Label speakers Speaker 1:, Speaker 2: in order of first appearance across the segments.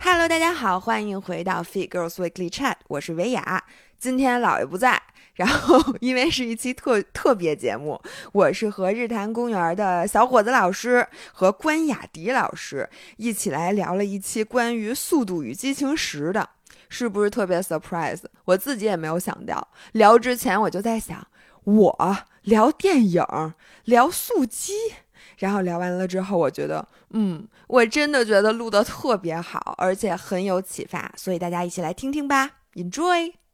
Speaker 1: Hello，大家好，欢迎回到 Fit Girls Weekly Chat，我是维雅。今天姥爷不在，然后 因为是一期特特别节目，我是和日坛公园的小伙子老师和关雅迪老师一起来聊了一期关于《速度与激情十》的，是不是特别 surprise？我自己也没有想到，聊之前我就在想，我啊聊电影，聊速激。然后聊完了之后，我觉得，嗯，我真的觉得录的特别好，而且很有启发，所以大家一起来听听吧，enjoy。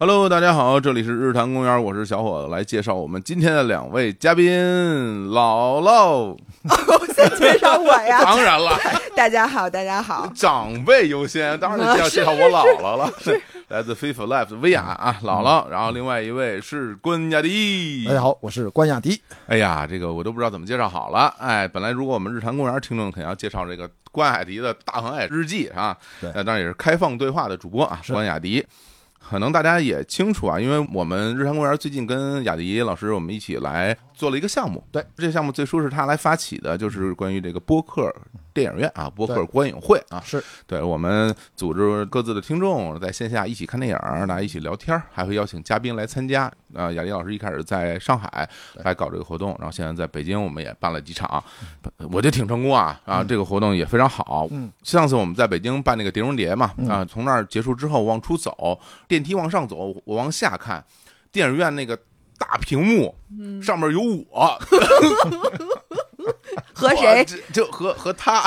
Speaker 2: Hello，大家好，这里是日坛公园，我是小伙子，来介绍我们今天的两位嘉宾，姥姥，
Speaker 1: 先介绍我呀，
Speaker 2: 当然了，
Speaker 1: 大家好，大家 好，
Speaker 2: 长辈优先，当然得介绍我姥姥了，来自 FIFA Life 薇娅啊，姥姥，然后另外一位是关 E 雅迪
Speaker 3: 大，家好，我是关雅迪。
Speaker 2: 哎呀，这个我都不知道怎么介绍好了，哎，本来如果我们日坛公园听众肯定要介绍这个关雅迪的《大航海日记》啊，
Speaker 3: 对
Speaker 2: 那当然也是开放对话的主播啊，
Speaker 3: 是
Speaker 2: 关雅迪。可能大家也清楚啊，因为我们日坛公园最近跟雅迪老师我们一起来做了一个项目，
Speaker 3: 对，
Speaker 2: 这个项目最初是他来发起的，就是关于这个播客电影院啊，播客
Speaker 3: 对
Speaker 2: 观影会啊，
Speaker 3: 是
Speaker 2: 对我们组织各自的听众在线下一起看电影儿，大家一起聊天儿，还会邀请嘉宾来参加。啊、雅迪老师一开始在上海
Speaker 3: 对
Speaker 2: 来搞这个活动，然后现在在北京我们也办了几场，呃我觉得挺成功啊啊，这个活动也非常好。
Speaker 3: 嗯，
Speaker 2: 上次我们在北京办那个碟中谍嘛，
Speaker 3: 嗯
Speaker 2: 啊，从那儿结束之后往出走，电梯往上走，我往下看，电影院那个大屏幕
Speaker 1: 嗯
Speaker 2: 上面有我，
Speaker 1: 和
Speaker 2: 我
Speaker 1: 谁？
Speaker 2: 这就和和他，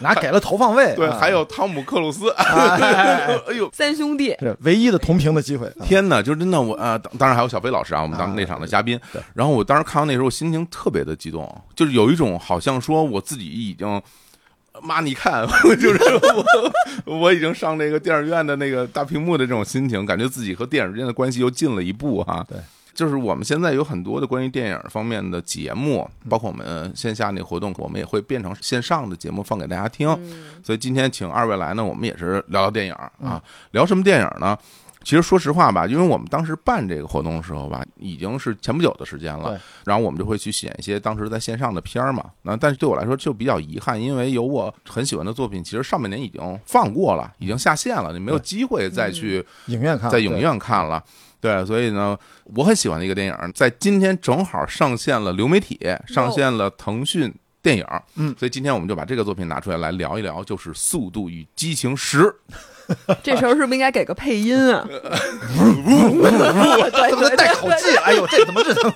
Speaker 3: 哪给了投放位？
Speaker 2: 对，
Speaker 3: 啊
Speaker 2: 还有汤姆克鲁斯， 哎呦。
Speaker 1: 三兄弟，
Speaker 3: 是唯一的同屏的机会。啊
Speaker 2: 天哪，就真的我啊，当当然还有小飞老师啊，我们当
Speaker 3: 啊
Speaker 2: 那场的嘉宾
Speaker 3: 对。
Speaker 2: 然后我当时看到那时候，我心情特别的激动，就是有一种好像说我自己已经。妈，你看， 就是我， 我已经上那个电影院的那个大屏幕的这种心情，感觉自己和电影之间的关系又近了一步哈、
Speaker 3: 对，
Speaker 2: 就是我们现在有很多的关于电影方面的节目，
Speaker 3: 嗯
Speaker 2: 包括我们线下那活动，我们也会变成线上的节目放给大家听。
Speaker 3: 嗯
Speaker 2: 所以今天请二位来呢，我们也是聊聊电影啊，聊什么电影呢？其实说实话吧，因为我们当时办这个活动的时候吧，已经是前不久的时间了
Speaker 3: 对。
Speaker 2: 然后我们就会去选一些当时在线上的片儿嘛。那但是对我来说就比较遗憾，因为有我很喜欢的作品，其实上半年已经放过了，已经下线了，你没有机会再去
Speaker 3: 影院看，
Speaker 2: 在影
Speaker 3: 嗯啊对
Speaker 2: 院看了。对，所以呢，我很喜欢的一个电影，在今天正好上线了流媒体，上线了腾讯电影。
Speaker 3: 嗯
Speaker 2: 所以今天我们就把这个作品拿出来来聊一聊，就是《速度与激情十》。
Speaker 1: 这时候是不是应该给个配音啊？对
Speaker 3: 怎么能带口 技？哎呦，这怎么这怎么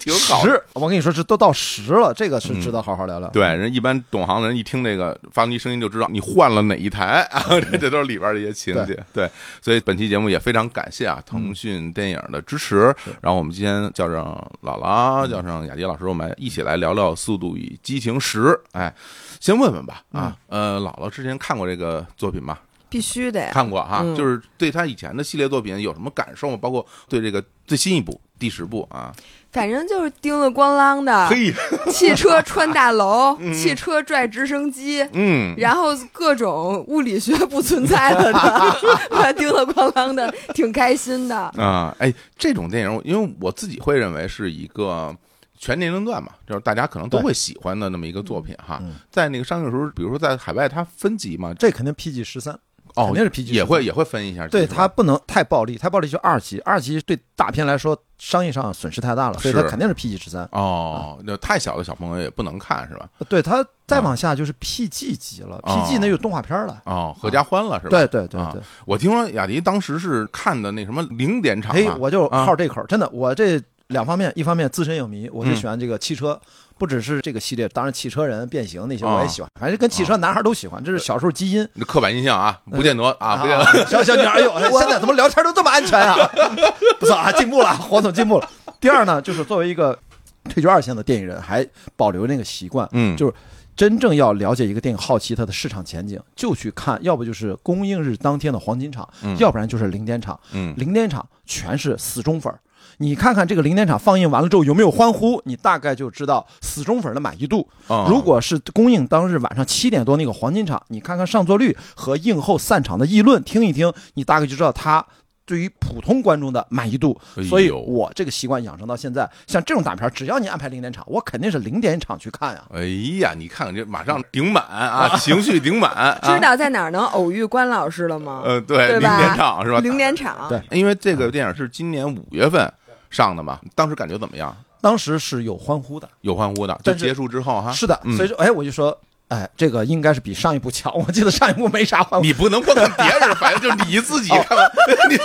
Speaker 2: 挺好的。
Speaker 3: 十？我跟你说，这都到十了，这个是值得好好聊聊。
Speaker 2: 对，人一般懂行的人一听这个发动机声音就知道你换了哪一台啊，这这都是里边的一些情节。对，所以本期节目也非常感谢啊腾讯电影的支持。然后我们今天叫上姥姥，叫上雅迪老师，我们一起来聊聊《速度与激情十》。哎，先问问吧啊，呃，姥姥之前看过这个作品吗？
Speaker 1: 必须的呀。
Speaker 2: 看过哈，
Speaker 1: 嗯
Speaker 2: 就是对他以前的系列作品有什么感受吗？包括对这个最新一部第十部啊，
Speaker 1: 反正就是叮了咣啷的，
Speaker 2: 嘿，
Speaker 1: 汽车穿大楼，汽车拽直升机，
Speaker 2: 嗯，
Speaker 1: 然后各种物理学不存在了 的，叮了咣啷的，挺开心的。
Speaker 2: 啊，哎，这种电影，因为我自己会认为是一个全年龄段嘛，就是大家可能都
Speaker 3: 对
Speaker 2: 会喜欢的那么一个作品哈
Speaker 3: 嗯。
Speaker 2: 在那个上映的时候，比如说在海外它分级嘛，
Speaker 3: 这肯定 PG 十三，
Speaker 2: 哦，
Speaker 3: 肯定是 PG
Speaker 2: 也会
Speaker 3: 13
Speaker 2: 也会分一下，
Speaker 3: 对
Speaker 2: 它
Speaker 3: 它不能太暴力，太暴力就二级，二级对大片来说商业上损失太大了，所以它
Speaker 2: 是
Speaker 3: 肯定是 PG 十三。
Speaker 2: 哦，
Speaker 3: 嗯
Speaker 2: 那太小的小朋友也不能看是吧？
Speaker 3: 对它再往下就是 PG 级了
Speaker 2: 哦
Speaker 3: ，PG 那就动画片了。
Speaker 2: 哦，合家欢了是吧？，
Speaker 3: 嗯对对对
Speaker 2: 啊
Speaker 3: 对，
Speaker 2: 我听说雅迪当时是看的那什么零点场
Speaker 3: 嘿，
Speaker 2: 啊，
Speaker 3: 哎我就
Speaker 2: 啊
Speaker 3: 好这口儿，真的，我这两方面，一方面资深影迷，我就
Speaker 2: 嗯
Speaker 3: 喜欢这个汽车，不只是这个系列，当然汽车人、变形那些
Speaker 2: 啊
Speaker 3: 我也喜欢，反正跟汽车男孩都喜欢，这是小时候基因。
Speaker 2: 那刻板印象啊，
Speaker 3: 嗯
Speaker 2: 不见得啊，不见得。
Speaker 3: 小小女孩，哎 呦，现在怎么聊天都这么安全啊？ 不错啊，进步了，黄总进步了。第二呢，就是作为一个退居二线的电影人，还保留那个习惯，
Speaker 2: 嗯
Speaker 3: 就是真正要了解一个电影，好奇它的市场前景，就去看，要不就是公映日当天的黄金场，
Speaker 2: 嗯
Speaker 3: 要不然就是零点场。
Speaker 2: 嗯
Speaker 3: 零点场全是死忠粉儿。你看看这个零点场放映完了之后有没有欢呼，你大概就知道死忠粉儿的满意度。
Speaker 2: 哦
Speaker 3: 如果是公映当日晚上七点多那个黄金场，你看看上座率和映后散场的议论，听一听，你大概就知道它对于普通观众的满意度
Speaker 2: 哎呦。
Speaker 3: 所以我这个习惯养成到现在，像这种大片儿，只要你安排零点场，我肯定是零点场去看呀。啊
Speaker 2: 哎呀，你看看这马上顶满 啊，情绪顶满啊
Speaker 1: 知。道在哪儿能偶遇关老师了吗？
Speaker 2: 呃，对，
Speaker 1: 对
Speaker 2: 零
Speaker 1: 吧
Speaker 2: 点场是吧？
Speaker 1: 零点场，
Speaker 3: 对
Speaker 2: 因为这个电影是今年五月份上的嘛，当时感觉怎么样？
Speaker 3: 当时是有欢呼的，
Speaker 2: 有欢呼的，就
Speaker 3: 但是
Speaker 2: 结束之后哈，
Speaker 3: 是的，
Speaker 2: 嗯
Speaker 3: 所以说，哎，我就说，哎，这个应该是比上一部强。我记得上一部没啥欢呼。
Speaker 2: 你不能光看别人，反正就你自己看 吧。你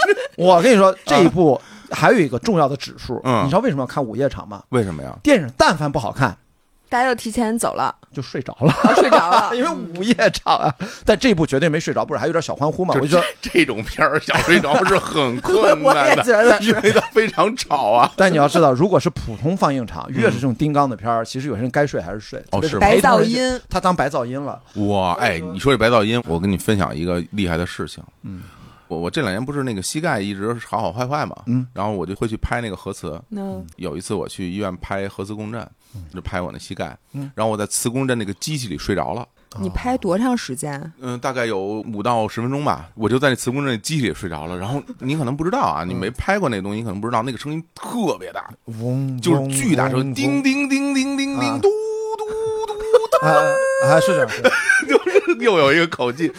Speaker 3: 我跟你说，这一部还有一个重要的指数，
Speaker 2: 啊嗯
Speaker 3: 你知道为什么要看午夜场吗？
Speaker 2: 为什么呀？
Speaker 3: 电影但凡不好看，
Speaker 1: 大家又提前走了，
Speaker 3: 就睡着了。
Speaker 1: 啊睡着 了，
Speaker 3: 因为午夜场啊，但这一部绝对没睡着，不是还有点小欢呼吗？
Speaker 2: 就
Speaker 3: 我就说，
Speaker 2: 这种片儿想睡着是 很困
Speaker 1: 我也
Speaker 2: 难
Speaker 1: 觉
Speaker 2: 的，
Speaker 1: 得
Speaker 2: 因为它非常吵 啊。
Speaker 3: 但你要知道，如果是普通放映场，越是这种丁刚的片儿，其实有些人该睡还是睡，
Speaker 2: 嗯哦
Speaker 3: 特别
Speaker 2: 是吗
Speaker 1: 白
Speaker 3: 陪同
Speaker 1: 噪
Speaker 3: 人
Speaker 1: 音，
Speaker 3: 他当白噪音了。
Speaker 2: 哇，哎，你说这白噪音，我跟你分享一个厉害的事情。
Speaker 3: 嗯，
Speaker 2: 我我这两年不是那个膝盖一直是好好坏坏嘛，
Speaker 3: 嗯，
Speaker 2: 然后我就会去拍那个核磁。
Speaker 1: 嗯，
Speaker 2: 有一次我去医院拍核磁共振，就拍我那膝盖，
Speaker 3: 嗯
Speaker 2: 然后我在磁共振那个机器里睡着了，
Speaker 1: 你拍多长时间？啊
Speaker 2: 嗯，大概有五到十分钟吧，我就在那磁共振那机器里睡着了。然后你可能不知道啊，你没拍过那东西，你可能不知道那个声音特别大，
Speaker 3: 嗯嗡，
Speaker 2: 就是巨大声
Speaker 3: 嗡
Speaker 2: 音，叮，叮叮叮叮
Speaker 3: 啊
Speaker 2: 叮，嘟嘟嘟。
Speaker 3: 嗡啊啊，是这样，是这 样
Speaker 2: 又有一个口技。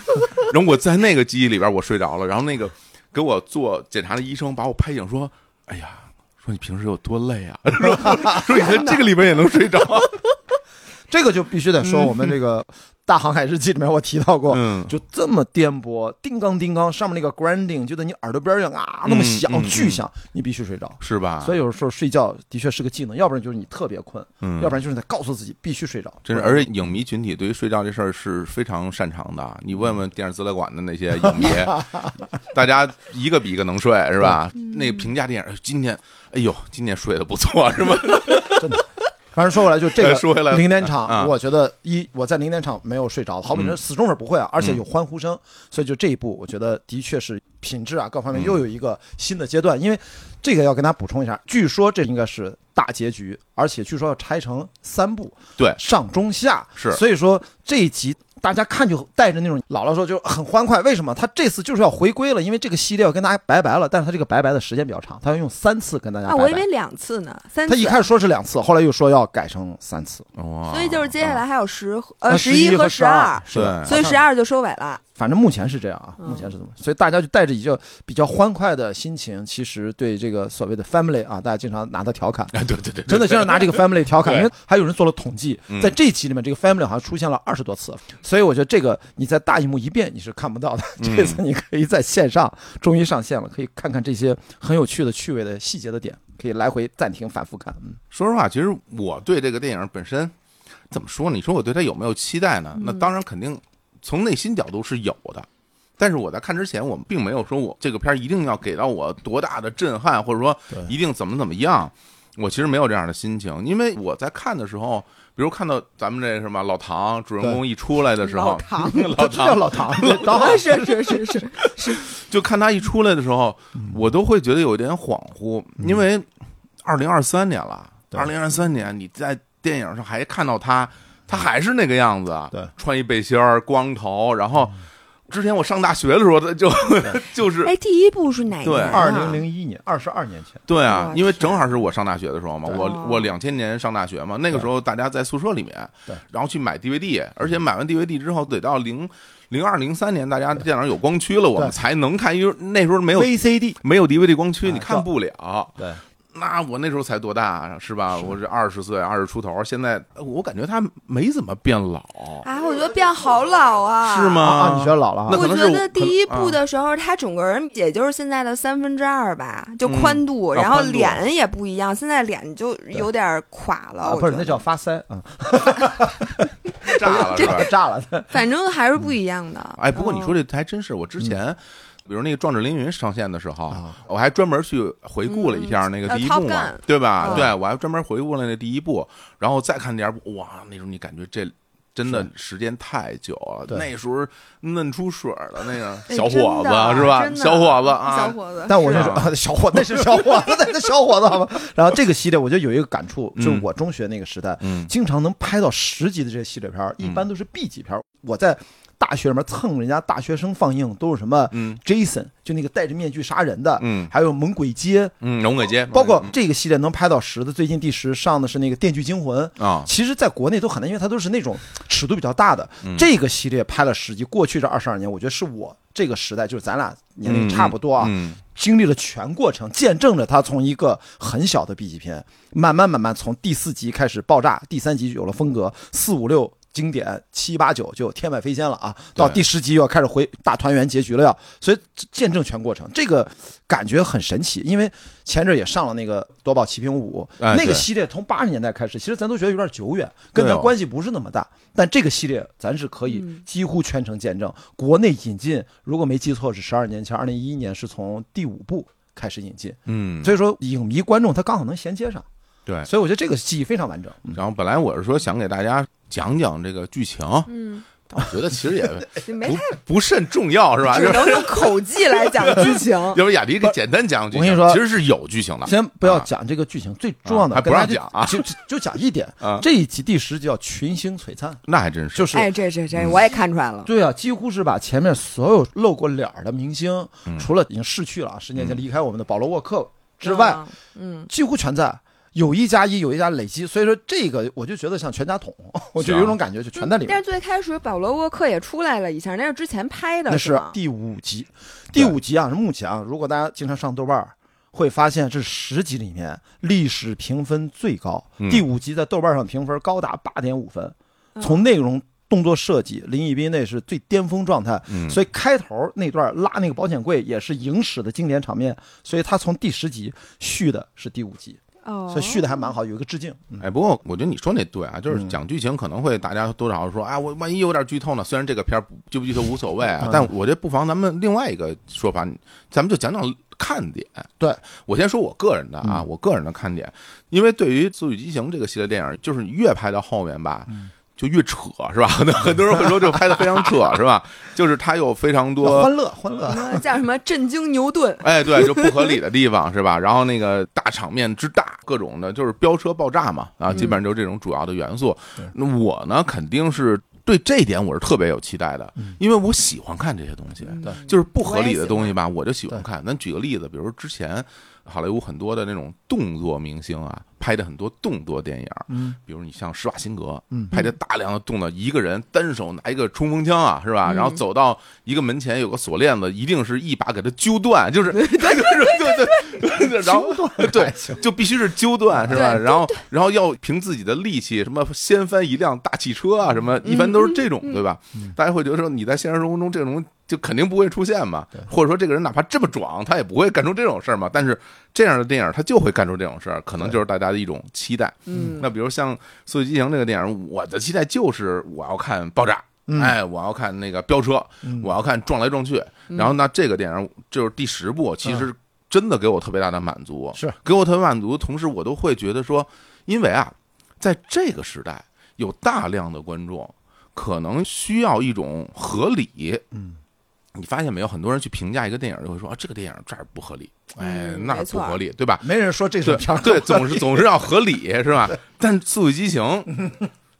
Speaker 2: 然后我在那个记忆里边我睡着了，然后那个给我做检查的医生把我拍醒说：“哎呀，说你平时有多累啊？说说你在这个里边也能睡着。
Speaker 3: 这个就必须得说我们这个《大航海日记》里面我提到”过，
Speaker 2: 嗯，
Speaker 3: 就这么颠簸，叮当叮当，上面那个 grinding 就在你耳朵边上啊，那么响，
Speaker 2: 嗯嗯啊
Speaker 3: 巨响，你必须睡着。
Speaker 2: 是吧？
Speaker 3: 所以有时候睡觉的确是个技能，要不然就是你特别困，
Speaker 2: 嗯，
Speaker 3: 要不然就是你得告诉自己必须睡着。
Speaker 2: 真是，而且影迷群体对于睡觉这事儿是非常擅长的。你问问电影资料馆的那些影 迷，大家一个比一个能睡，是吧？
Speaker 1: 嗯
Speaker 2: 那评价电影，哎今天，哎呦，今天睡得不错，是吧？
Speaker 3: 反正说回来，就这个
Speaker 2: 说回来
Speaker 3: 零点
Speaker 2: 啊嗯
Speaker 3: 场，我觉得一我在零点场没有睡着，好比说死忠粉不会啊，而且有欢呼声，所以就这一步，我觉得的确是品质啊各方面又有一个新的阶段。因为这个要跟大家补充一下，据说这应该是大结局，而且据说要拆成三部，
Speaker 2: 对
Speaker 3: 上中下
Speaker 2: 是
Speaker 3: 所以说这一集。大家看就带着那种姥姥说就很欢快，为什么？他这次就是要回归了，因为这个系列要跟大家拜拜了，但是他这个拜拜的时间比较长，他要用三次跟大家
Speaker 1: 啊，
Speaker 3: 拜拜。
Speaker 1: 我以为两次呢，三
Speaker 3: 他
Speaker 1: 次
Speaker 3: 一，开始说是两次，后来又说要改成三次。
Speaker 2: 哇啊
Speaker 1: 所以就是接下来还有十
Speaker 3: 那
Speaker 1: 呃十
Speaker 3: 11
Speaker 1: 和
Speaker 3: 和
Speaker 1: 十二，
Speaker 3: 是的
Speaker 2: 对
Speaker 1: 所以十，二就收尾了。
Speaker 3: 反正目前是这样啊，
Speaker 1: 嗯
Speaker 3: 目前是这么，所以大家就带着一个比较欢快的心情，其实对这个所谓的 family 啊，大家经常拿它调侃，
Speaker 2: 啊， 对对对，
Speaker 3: 真的经常拿这个 family 调侃，
Speaker 2: 对
Speaker 3: 因为还有人做了统计
Speaker 2: 嗯，
Speaker 3: 在这期里面这个 family 好像出现了二十多次，所以我觉得这个你在大荧幕一遍你是看不到的，
Speaker 2: 嗯
Speaker 3: 这次你可以在线上终于上线了，可以看看这些很有趣的趣味的细节的点，可以来回暂停反复看，嗯，
Speaker 2: 说实话，其实我对这个电影本身怎么说呢？你说我对它有没有期待呢？那当然肯定从内心角度是有的。但是我在看之前，我并没有说我这个片儿一定要给到我多大的震撼，或者说
Speaker 3: 对
Speaker 2: 一定怎么怎么样。我其实没有这样的心情，因为我在看的时候，比如看到咱们这什么老唐主人公一出来的时
Speaker 1: 老
Speaker 2: 候，
Speaker 1: 唐，
Speaker 3: 这叫老唐，老唐
Speaker 1: 是是是是，
Speaker 2: 就看他一出来的时候，
Speaker 3: 嗯
Speaker 2: 我都会觉得有一点恍惚，因为二零二三年了，
Speaker 3: 对
Speaker 2: 二零二三年你在电影上还看到他，他还是那个样子啊，
Speaker 3: 对嗯
Speaker 2: 穿一背心儿，光头，然后之前我上大学的时候，他就 就是
Speaker 1: 哎，第一部是哪年
Speaker 2: 对
Speaker 1: 啊？
Speaker 3: 二零零一年，二十二年前。
Speaker 2: 对啊
Speaker 1: 哇，
Speaker 2: 因为正好是我上大学的时候嘛，
Speaker 3: 对
Speaker 2: 我
Speaker 1: 哦
Speaker 2: 我两千年上大学嘛，那个时候大家在宿舍里面
Speaker 3: 对，
Speaker 2: 然后去买 DVD，而且买完 DVD 之后得到零。零二零三年，大家电脑有光驱了，我们
Speaker 3: 对
Speaker 2: 才能看，因为那时候没有
Speaker 3: VCD，
Speaker 2: 没有 DVD 光驱，
Speaker 3: 啊
Speaker 2: 你看不了。
Speaker 3: 对，
Speaker 2: 那我那时候才多大啊是吧？我这二十岁，二十出头，现在呃我感觉他没怎么变老，
Speaker 1: 啊，我觉得变好老啊，
Speaker 2: 是？
Speaker 3: 啊，
Speaker 2: 吗？
Speaker 3: 你觉得老了
Speaker 2: 那
Speaker 3: 啊？
Speaker 1: 我觉
Speaker 2: 可能是
Speaker 1: 得
Speaker 2: 我
Speaker 1: 第一
Speaker 2: 可能
Speaker 1: 部的时候，他整个人也就是现在的三分之二吧，就宽度，
Speaker 2: 啊
Speaker 1: 然后
Speaker 2: 宽度
Speaker 1: 脸也不一样，现在脸就有点垮了。
Speaker 3: 啊
Speaker 1: 我
Speaker 3: 不是，
Speaker 1: 觉
Speaker 3: 那
Speaker 1: 得
Speaker 3: 叫发腮啊，
Speaker 2: 炸了是吧？
Speaker 3: 炸了。
Speaker 1: 反正还是不一样的。
Speaker 2: 哎，不过你
Speaker 1: 嗯
Speaker 2: 说这还真是，我之前。比如那个《壮志凌云》上线的时候
Speaker 3: 啊，
Speaker 2: 我还专门去回顾了一下那个
Speaker 1: 呃
Speaker 2: 第一
Speaker 1: ，Top
Speaker 2: 部嘛
Speaker 1: Gun，
Speaker 2: 对吧？
Speaker 1: 嗯
Speaker 2: 对，我还专门回顾了那第一部，然后再看第二部，哇，那时候你感觉这真的时间太久了，
Speaker 3: 对
Speaker 2: 那时候嫩出水儿了，那个
Speaker 1: 哎
Speaker 2: 小伙
Speaker 1: 真的
Speaker 2: 子是吧？
Speaker 1: 真的
Speaker 2: 小伙子
Speaker 1: 小
Speaker 2: 啊，
Speaker 1: 伙子，
Speaker 3: 但我
Speaker 1: 是
Speaker 3: 那时候啊小伙子，那是小 伙子，那是小伙子，好吧。然后这个系列，我就有一个感触，就是
Speaker 2: 嗯
Speaker 3: 我中学那个时代，
Speaker 2: 嗯
Speaker 3: 嗯经常能拍到十集的这些系列片儿，一般都是 B 级片儿。我在大学里面蹭人家大学生放映，都是什么
Speaker 2: 嗯
Speaker 3: Jason，就那个戴着面具杀人的，
Speaker 2: 嗯
Speaker 3: 还有猛鬼街，
Speaker 2: 嗯，龙鬼街，
Speaker 3: 包括这个系列能拍到十的，最近第十上的是那个《电锯惊魂》
Speaker 2: 啊
Speaker 3: 其实在国内都很难，因为它都是那种尺度比较大的。
Speaker 2: 嗯
Speaker 3: 这个系列拍了十集，过去这二十二年，我觉得是我这个时代，就是咱俩年龄差不多啊，
Speaker 2: 嗯
Speaker 3: 经历了全过程，见证了它从一个很小的 B 级片，慢慢慢慢从第四集开始爆炸，第三集有了风格，四五六。经典七八九就天外飞仙了啊！到第十集又要开始回大团圆结局了要，所以见证全过程，这个感觉很神奇。因为前阵儿也上了那个《夺宝奇兵五》
Speaker 2: 哎
Speaker 3: 那个
Speaker 2: 对
Speaker 3: 系列从八十年代开始，其实咱都觉得有点久远，跟
Speaker 2: 对
Speaker 3: 咱
Speaker 2: 哦
Speaker 3: 关系不是那么大。但这个系列咱是可以几乎全程见证。国内引进，如果没记错是十二年前，二零一一年是从第五部开始引进，
Speaker 2: 嗯，哎
Speaker 3: 所以说影迷观众他刚好能衔接上，
Speaker 2: 对。
Speaker 3: 所以我觉得这个记忆非常完整。嗯
Speaker 2: 然后本来我是说想给大家讲讲这个剧情，嗯，但我觉得其实也
Speaker 1: 就没
Speaker 2: 不
Speaker 1: 太，
Speaker 2: 不甚重要，是吧？
Speaker 1: 只
Speaker 2: 哎就是
Speaker 1: 能用 口技来讲剧情。
Speaker 2: 要不雅迪给简单讲剧情，
Speaker 3: 嗯我跟你说
Speaker 2: 其实是有剧情的，
Speaker 3: 先不要
Speaker 2: 啊
Speaker 3: 讲这个剧情，最重要的
Speaker 2: 啊还
Speaker 3: 跟
Speaker 2: 不
Speaker 3: 大
Speaker 2: 让
Speaker 3: 家
Speaker 2: 讲啊
Speaker 3: 就就就讲一点
Speaker 2: 啊，
Speaker 3: 这一集第十集叫群星璀璨，
Speaker 2: 那还真是，
Speaker 3: 就是
Speaker 1: 哎，这这
Speaker 2: 嗯
Speaker 1: 这我也看出来了，
Speaker 3: 对啊，几乎是把前面所有露过脸儿的明星，
Speaker 2: 嗯
Speaker 3: 除了已经逝去了啊，十年前离开我们的保罗沃克之外，
Speaker 1: 啊，嗯，
Speaker 3: 几乎全在。有一加一，有一加累积，所以说这个我就觉得像全家桶， 我
Speaker 2: 啊
Speaker 3: 就有种感觉，就全在里
Speaker 1: 但
Speaker 3: 面
Speaker 1: 是。最开始保罗沃克也出来了一下，那是之前拍的，
Speaker 3: 那
Speaker 1: 是
Speaker 3: 是
Speaker 1: 吗？
Speaker 3: 第五集，第
Speaker 2: 对
Speaker 3: 五集啊，目前啊，如果大家经常上豆瓣儿，会发现这十集里面历史评分最高，
Speaker 2: 嗯
Speaker 3: 第五集在豆瓣上评分高达八点五分，
Speaker 1: 嗯
Speaker 3: 从内容。动作设计，林奕斌那是最巅峰状态，
Speaker 2: 嗯
Speaker 3: 所以开头那段拉那个保险柜也是影史的经典场面，所以他从第十集续的是第五集，
Speaker 1: 哦，
Speaker 3: 所以续的还蛮好，有一个致敬。嗯
Speaker 2: 哎，不过我觉得你说那对啊，就是讲剧情可能会大家多少说，哎，我万一有点剧透呢？虽然这个片儿不剧不剧透无所谓啊
Speaker 3: 嗯，
Speaker 2: 但我觉得不妨咱们另外一个说法，咱们就讲讲看点。
Speaker 3: 对嗯
Speaker 2: 我先说我个人的啊，我个人的看点，因为对于《速度与激情》这个系列电影，就是你越拍到后面吧。
Speaker 3: 嗯
Speaker 2: 就越扯是吧？ 很多很多人会说这拍的非常扯是吧？就是它有非常多
Speaker 3: 欢乐欢乐，
Speaker 1: 什么叫什么震惊牛 顿，
Speaker 2: 哎，对，就不合理的地方是吧？然后那个大场面之大，各种的，就是飙车爆炸嘛，啊，基本上就是这种主要的元素。那我呢，肯定是对这一点我是特别有期待的，因为我喜欢看这些东西，
Speaker 3: 对
Speaker 2: 就是不合理的东西嗯吧，我就喜欢看。咱举个例子，比如说之前好莱坞很多的那种动作明星啊，拍的很多动作电影，
Speaker 3: 嗯，
Speaker 2: 比如你像施瓦辛格，
Speaker 1: 嗯
Speaker 2: 拍的大量的动作，一个人单手拿一个冲锋枪啊，是吧？
Speaker 1: 嗯
Speaker 2: 然后走到一个门前有个锁链子，一定是一把给他揪 断，就是对对对对对，然后对，就必须是揪断，是吧？
Speaker 1: 对
Speaker 2: 然后然后要凭自己的力气，什么掀翻一辆大汽车啊，什
Speaker 1: 嗯
Speaker 2: 么一般都是这种，对吧？大家会觉得说你在现实生活中这种就肯定不会出现嘛，或者说这个人哪怕这么壮，他也不会干出这种事儿嘛。但是这样的电影他就会干出这种事儿，可能就是大家的一种期待。
Speaker 1: 嗯，
Speaker 2: 那比如像《速度与激情》这个电影，我的期待就是我要看爆炸。
Speaker 1: 嗯
Speaker 2: 哎，我要看那个飙车，我要看撞来撞去。
Speaker 1: 嗯
Speaker 2: 然后那这个电影就是第十部，其实真的给我特别大的满足，
Speaker 3: 是
Speaker 2: 给我特别满足。同时，我都会觉得说，因为啊，在这个时代，有大量的观众可能需要一种合理，
Speaker 3: 嗯。
Speaker 2: 你发现没有？很多人去评价一个电影，就会说啊，这个电影这儿不合理，哎，
Speaker 1: 嗯
Speaker 2: 那
Speaker 1: 没
Speaker 2: 儿不
Speaker 1: 错
Speaker 2: 合理，对吧？
Speaker 3: 没人说这是
Speaker 2: 对
Speaker 3: 片儿
Speaker 2: 对，总是总是要合理，是吧？但《速度与激情》，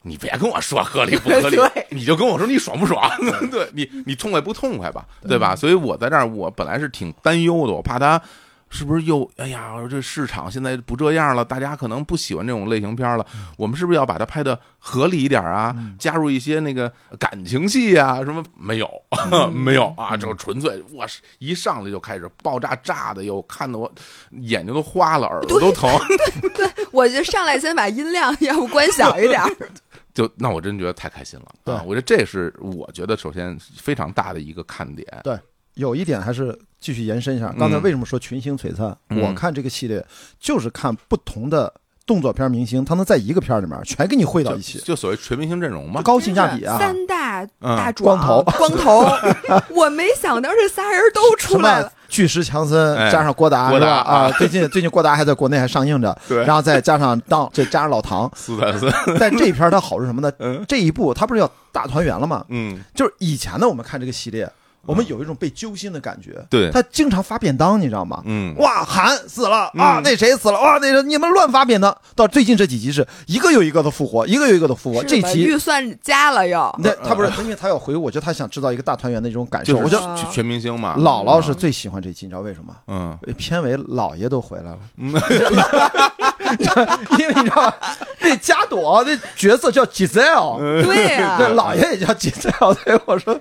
Speaker 2: 你别跟我说合理不合理
Speaker 1: 对，
Speaker 2: 你就跟我说你爽不爽， 对你你痛快不痛快吧，对吧？所以我在这儿，我本来是挺担忧的，我怕他。是不是又哎呀？这市场现在不这样了，大家可能不喜欢这种类型片了。我们是不是要把它拍的合理一点啊？加入一些那个感情戏啊？什么没有？没有啊？就纯粹我是一上来就开始爆炸炸的，又看得我眼睛都花了，耳朵都疼。
Speaker 1: 我就上来先把音量要不关小一点 儿，
Speaker 2: 就那我真觉得太开心了，
Speaker 3: 对
Speaker 2: 啊我觉得这是我觉得首先非常大的一个看点，
Speaker 3: 对，有一点还是继续延伸一下。刚才为什么说群星璀璨？
Speaker 2: 嗯
Speaker 3: 我看这个系列就是看不同的动作片明星，他能在一个片儿里面全给你汇到一起
Speaker 2: 就，就所谓全明星阵容嘛，
Speaker 3: 高性价比啊！
Speaker 1: 三大
Speaker 2: 嗯
Speaker 1: 大啊壮
Speaker 3: 光头
Speaker 1: 光头， 我没想到这仨人都
Speaker 3: 什
Speaker 1: 出来
Speaker 3: 么
Speaker 1: 了，
Speaker 3: 巨石强森
Speaker 2: 哎
Speaker 3: 加上郭达，
Speaker 2: 郭达
Speaker 3: 是吧啊
Speaker 2: 啊，
Speaker 3: 最近最近郭达还在国内还上映着，
Speaker 2: 对
Speaker 3: 然后再加上当再加上 老唐，
Speaker 2: 斯坦森，
Speaker 3: 但这一片儿它好是什么呢？这一部它不是要大团圆了吗？
Speaker 2: 嗯
Speaker 3: 就是以前的我们看这个系列，我们有一种被揪心的感觉。
Speaker 2: 对
Speaker 3: 他经常发便当，你知道吗？
Speaker 2: 嗯
Speaker 3: 哇，韩死了啊，
Speaker 2: 嗯
Speaker 3: 那谁死了哇，那人你们乱发便当。到最近这几集是一个又一个的复活，一个又一个的复活。
Speaker 1: 是
Speaker 3: 这
Speaker 1: 吧
Speaker 3: 集
Speaker 1: 预算加了又，
Speaker 3: 那他不是，因为他要回顾，我觉得他想制造一个大团圆的那种感
Speaker 2: 嗯
Speaker 3: 受。
Speaker 2: 就是
Speaker 3: 我觉得
Speaker 1: 啊
Speaker 2: 全全明星嘛，
Speaker 3: 姥姥是最喜欢这集，你知道为什么吗？
Speaker 2: 嗯，
Speaker 3: 片尾姥爷都回 来了， 因为你知道吧， 那加朵那角色叫
Speaker 2: 嗯
Speaker 3: Giselle，
Speaker 1: 对
Speaker 2: 啊
Speaker 1: 呀、
Speaker 3: 对，姥爷也叫 Giselle，所以我说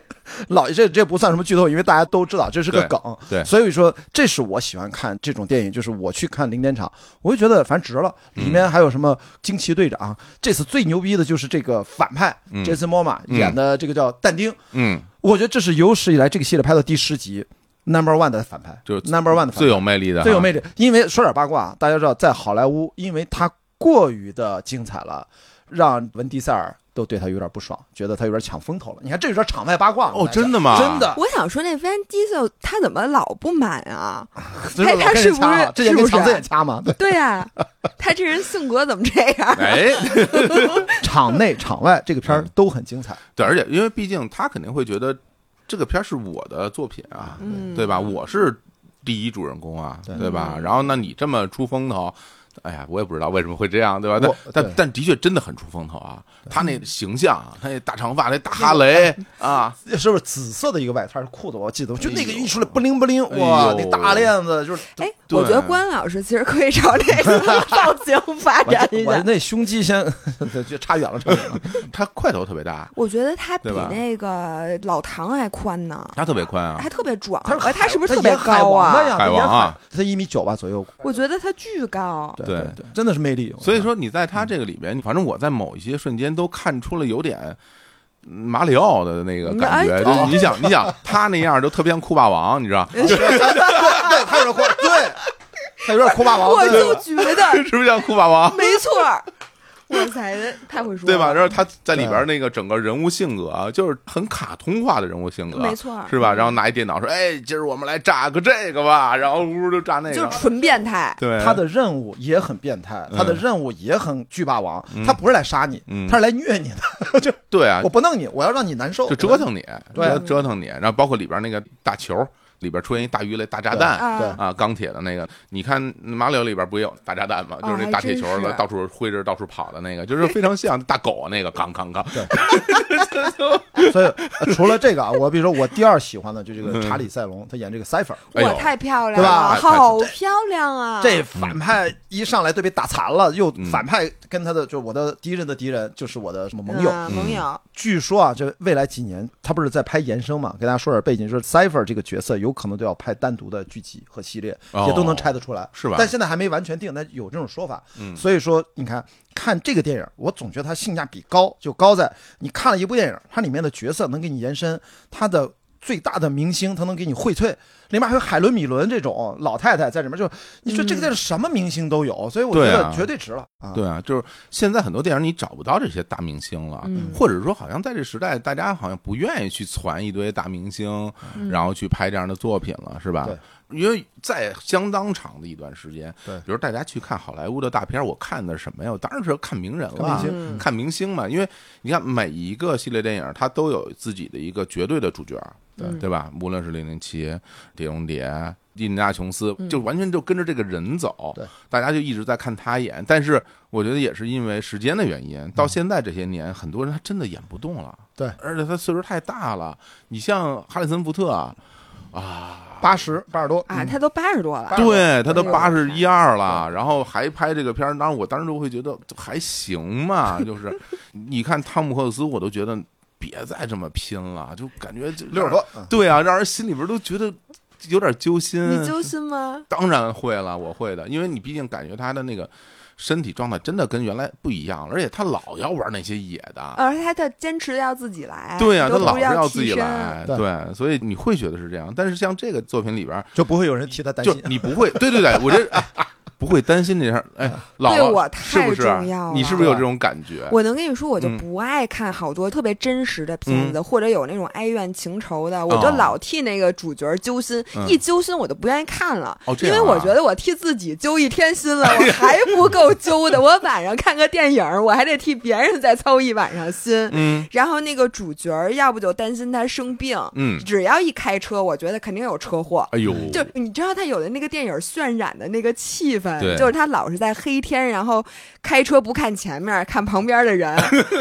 Speaker 3: 姥爷这这不算什么剧透，因为大家都知道这是个
Speaker 2: 对
Speaker 3: 梗，
Speaker 2: 对
Speaker 3: 所以说这是我喜欢看这种电影，就是我去看零点场，我就觉得反正值了。里
Speaker 2: 嗯
Speaker 3: 面还有什么惊奇队长，这次最牛逼的就是这个反派 Jason Momoa
Speaker 2: 嗯
Speaker 3: 演的这个叫但丁，
Speaker 2: 嗯，
Speaker 3: 我觉得这是有史以来这个系列拍到第十集 number one 的反派，
Speaker 2: 就是
Speaker 3: number one 的反派
Speaker 2: 最有魅力的，
Speaker 3: 最有魅力。因为说点八卦，大家知道，在好莱坞，因为他过于的精彩了，让文迪塞尔都对他有点不爽，觉得他有点抢风头了。你看，这有点场外八卦了
Speaker 2: 哦
Speaker 3: 大家
Speaker 2: 真的吗
Speaker 3: 真的，
Speaker 1: 我想说那 Van Diesel 他怎么老不满 啊？
Speaker 3: 所以我老
Speaker 1: 他
Speaker 3: 跟
Speaker 1: 是
Speaker 3: 人
Speaker 1: 不
Speaker 3: 掐
Speaker 1: 是
Speaker 3: 嘛之前
Speaker 1: 是
Speaker 3: 跟
Speaker 1: 不是
Speaker 3: 强子也掐嘛？对，
Speaker 1: 对啊，他这人性格怎么这 样？
Speaker 2: 哎，
Speaker 3: 场内场外这个片儿都很精彩。
Speaker 2: 对，而且因为毕竟他肯定会觉得这个片儿是我的作品啊，对吧？我是第一主人公啊，
Speaker 3: 对
Speaker 2: 对吧？然后那你这么出风头。哎呀，我也不知道为什么会这样，对吧？但
Speaker 3: 我对
Speaker 2: 但但的确真的很出风头啊！他那形象，啊他那大长发，那大哈雷啊，
Speaker 3: 是不是紫色的一个外套是裤子？我记得，就那个
Speaker 2: 哎呦
Speaker 3: 一出来不灵不灵，
Speaker 2: 哎呦
Speaker 3: 哇，那大链子就是。
Speaker 1: 哎，
Speaker 2: 对
Speaker 1: 我觉得关老师其实可以朝这个造型发
Speaker 3: 我
Speaker 1: 展一
Speaker 3: 我
Speaker 1: 下。
Speaker 3: 那胸肌先就差远了，差远了。
Speaker 2: 他块头特别大，
Speaker 1: 我觉得他比
Speaker 2: 对吧
Speaker 1: 那个老唐还宽呢，
Speaker 2: 他特别宽啊
Speaker 1: 还，特别壮。
Speaker 3: 他
Speaker 1: 哎他是不是
Speaker 3: 他
Speaker 1: 特别
Speaker 3: 演海
Speaker 1: 高
Speaker 3: 王的呀
Speaker 1: 啊？
Speaker 2: 海王啊，
Speaker 3: 他演海他一米九吧左右。
Speaker 1: 我觉得他巨高。
Speaker 3: 对
Speaker 2: 对
Speaker 3: 对，真的是魅力。
Speaker 2: 所以说你在他这个里边，反正我在某一些瞬间都看出了有点嗯马里奥的那个感觉，
Speaker 1: 哎
Speaker 2: 就是你想，你想他那样就特别像酷霸王，你知道，
Speaker 3: 对，对，他有点酷，对，他有点酷霸王，
Speaker 1: 我
Speaker 3: 对
Speaker 1: 就觉 得
Speaker 2: 是不是像酷霸王？
Speaker 1: 没错 儿，哇塞，太会说了，
Speaker 2: 对吧？然后他在里边那个整个人物性格啊，就是很卡通化的人物性格，
Speaker 1: 没错
Speaker 2: 是吧？然后拿一电脑说：“哎，今儿我们来炸个这个吧。”然后呜就炸那
Speaker 1: 就是
Speaker 2: 个，
Speaker 1: 纯变态。
Speaker 2: 对，
Speaker 3: 他的任务也很变态，
Speaker 2: 嗯
Speaker 3: 他的任务也很巨霸王，他不是来杀你
Speaker 2: 嗯，
Speaker 3: 他是来虐你的，就
Speaker 2: 对啊
Speaker 3: 我，不弄你，我要让你难受，
Speaker 2: 就折腾你，
Speaker 3: 对
Speaker 2: 折折腾你。然后包括里边那个大球，里边出现一大鱼雷、大炸弹，
Speaker 1: 啊
Speaker 3: 对
Speaker 2: 啊，钢铁的那个，你看马里奥里边不也有大炸弹吗？
Speaker 1: 哦
Speaker 2: 就是那大铁球
Speaker 1: 还真
Speaker 2: 的，
Speaker 1: 是
Speaker 2: 到处挥着到处跑的那个，就是非常像大狗啊那个，扛扛扛。
Speaker 3: 对。所以呃除了这个啊，我比如说我第二喜欢的就这个查理塞隆，他演这个 Cipher，
Speaker 2: 哎呦哎
Speaker 1: 哇，太漂亮
Speaker 3: 对
Speaker 1: 了，
Speaker 3: 吧
Speaker 2: 太
Speaker 1: 好漂亮啊！
Speaker 3: 这反派一上来都被打残了，又反派跟他的就是我的敌人的敌人就是我的什么盟友，
Speaker 1: 嗯盟友，
Speaker 3: 据说啊，这未来几年他不是在拍延伸嘛？给大家说点背景，就是 Cipher 这个角色有可能都要拍单独的剧集和系列，
Speaker 2: 哦
Speaker 3: 也都能拆得出来，
Speaker 2: 是吧
Speaker 3: 但现在还没完全定，但有这种说法。嗯，所以说你看看这个电影，我总觉得它性价比高，就高在你看了一部电影，它里面的角色能给你延伸，它的。最大的明星，他能给你荟萃，里面还有海伦·米伦这种老太太在里面，就你说这个电影什么明星都有，所以我觉
Speaker 2: 对
Speaker 3: 得
Speaker 2: 啊
Speaker 3: 绝对值了啊！
Speaker 2: 对啊，就是现在很多电影你找不到这些大明星了，
Speaker 1: 嗯
Speaker 2: 或者说好像在这时代，大家好像不愿意去传一堆大明星，
Speaker 1: 嗯
Speaker 2: 然后去拍这样的作品了，是吧
Speaker 3: 对？
Speaker 2: 因为在相当长的一段时间，
Speaker 3: 对
Speaker 2: 比如大家去看好莱坞的大片，我看的是什么呀？我当然是看名人了，
Speaker 3: 看明星
Speaker 1: 嗯
Speaker 2: 看明星嘛。因为你看每一个系列电影，它都有自己的一个绝对的主角，对
Speaker 1: 嗯
Speaker 2: 对吧？无论是零零七、碟中谍、印第安琼斯，就完全就跟着这个人走，
Speaker 3: 对
Speaker 2: 大家就一直在看他演。但是我觉得也是因为时间的原因，到现在这些年，很多人他真的演不动了，
Speaker 3: 对
Speaker 2: 而且他岁数太大了。你像哈里森福特啊，
Speaker 3: 八十八十多嗯
Speaker 1: 啊，
Speaker 2: 嗯
Speaker 1: 他都八十多了，
Speaker 2: 对他都
Speaker 1: 哎呦
Speaker 2: 八十一二了，然后还拍这个片儿，当然我当时就会觉得还行嘛，就是你看汤姆克鲁斯，我都觉得别再这么拼了，就感觉就
Speaker 3: 六十多，，嗯
Speaker 2: 对啊，让人心里边都觉得有点揪心。
Speaker 1: 你揪心吗？
Speaker 2: 当然会了，我会的，因为你毕竟感觉他的那个身体状态真的跟原来不一样了，而且他老要玩那些野的，
Speaker 1: 而且他的坚持要自己来，
Speaker 2: 对呀、
Speaker 1: 哎
Speaker 2: 啊
Speaker 1: 都
Speaker 2: 他
Speaker 1: 不
Speaker 2: 老是
Speaker 1: 要
Speaker 2: 自己
Speaker 1: 替身
Speaker 2: 来，
Speaker 3: 对
Speaker 2: 对，所以你会觉得是这样。但是像这个作品里边，
Speaker 3: 就不会有人替他担
Speaker 2: 就
Speaker 3: 心。
Speaker 2: 你不会，对对对，我这、哎不会担心这事儿。哎，老
Speaker 1: 对我
Speaker 2: 了是
Speaker 1: 太
Speaker 2: 不是
Speaker 1: 重要？
Speaker 2: 你是不是有这种感觉？
Speaker 1: 我能跟你说，我就
Speaker 2: 嗯
Speaker 1: 不爱看好多特别真实的片子，或者有那种哀怨情仇的，我就
Speaker 2: 哦
Speaker 1: 老替那个主角揪心，
Speaker 2: 嗯
Speaker 1: 一揪心我就不愿意看了，
Speaker 2: 哦这
Speaker 1: 因
Speaker 2: 样啊
Speaker 1: 为我觉得我替自己揪一天心 了，我还不够揪的，我晚上看个电影，我还得替别人再操一晚上心。
Speaker 2: 嗯
Speaker 1: 然后那个主角要不就担心他生病，
Speaker 2: 嗯，
Speaker 1: 只要一开车，我觉得肯定有车祸。
Speaker 2: 哎呦，
Speaker 1: 就你知道他有的那个电影渲染的那个气氛
Speaker 2: 对，
Speaker 1: 就是他老是在黑天，然后开车不看前面，看旁边的 人，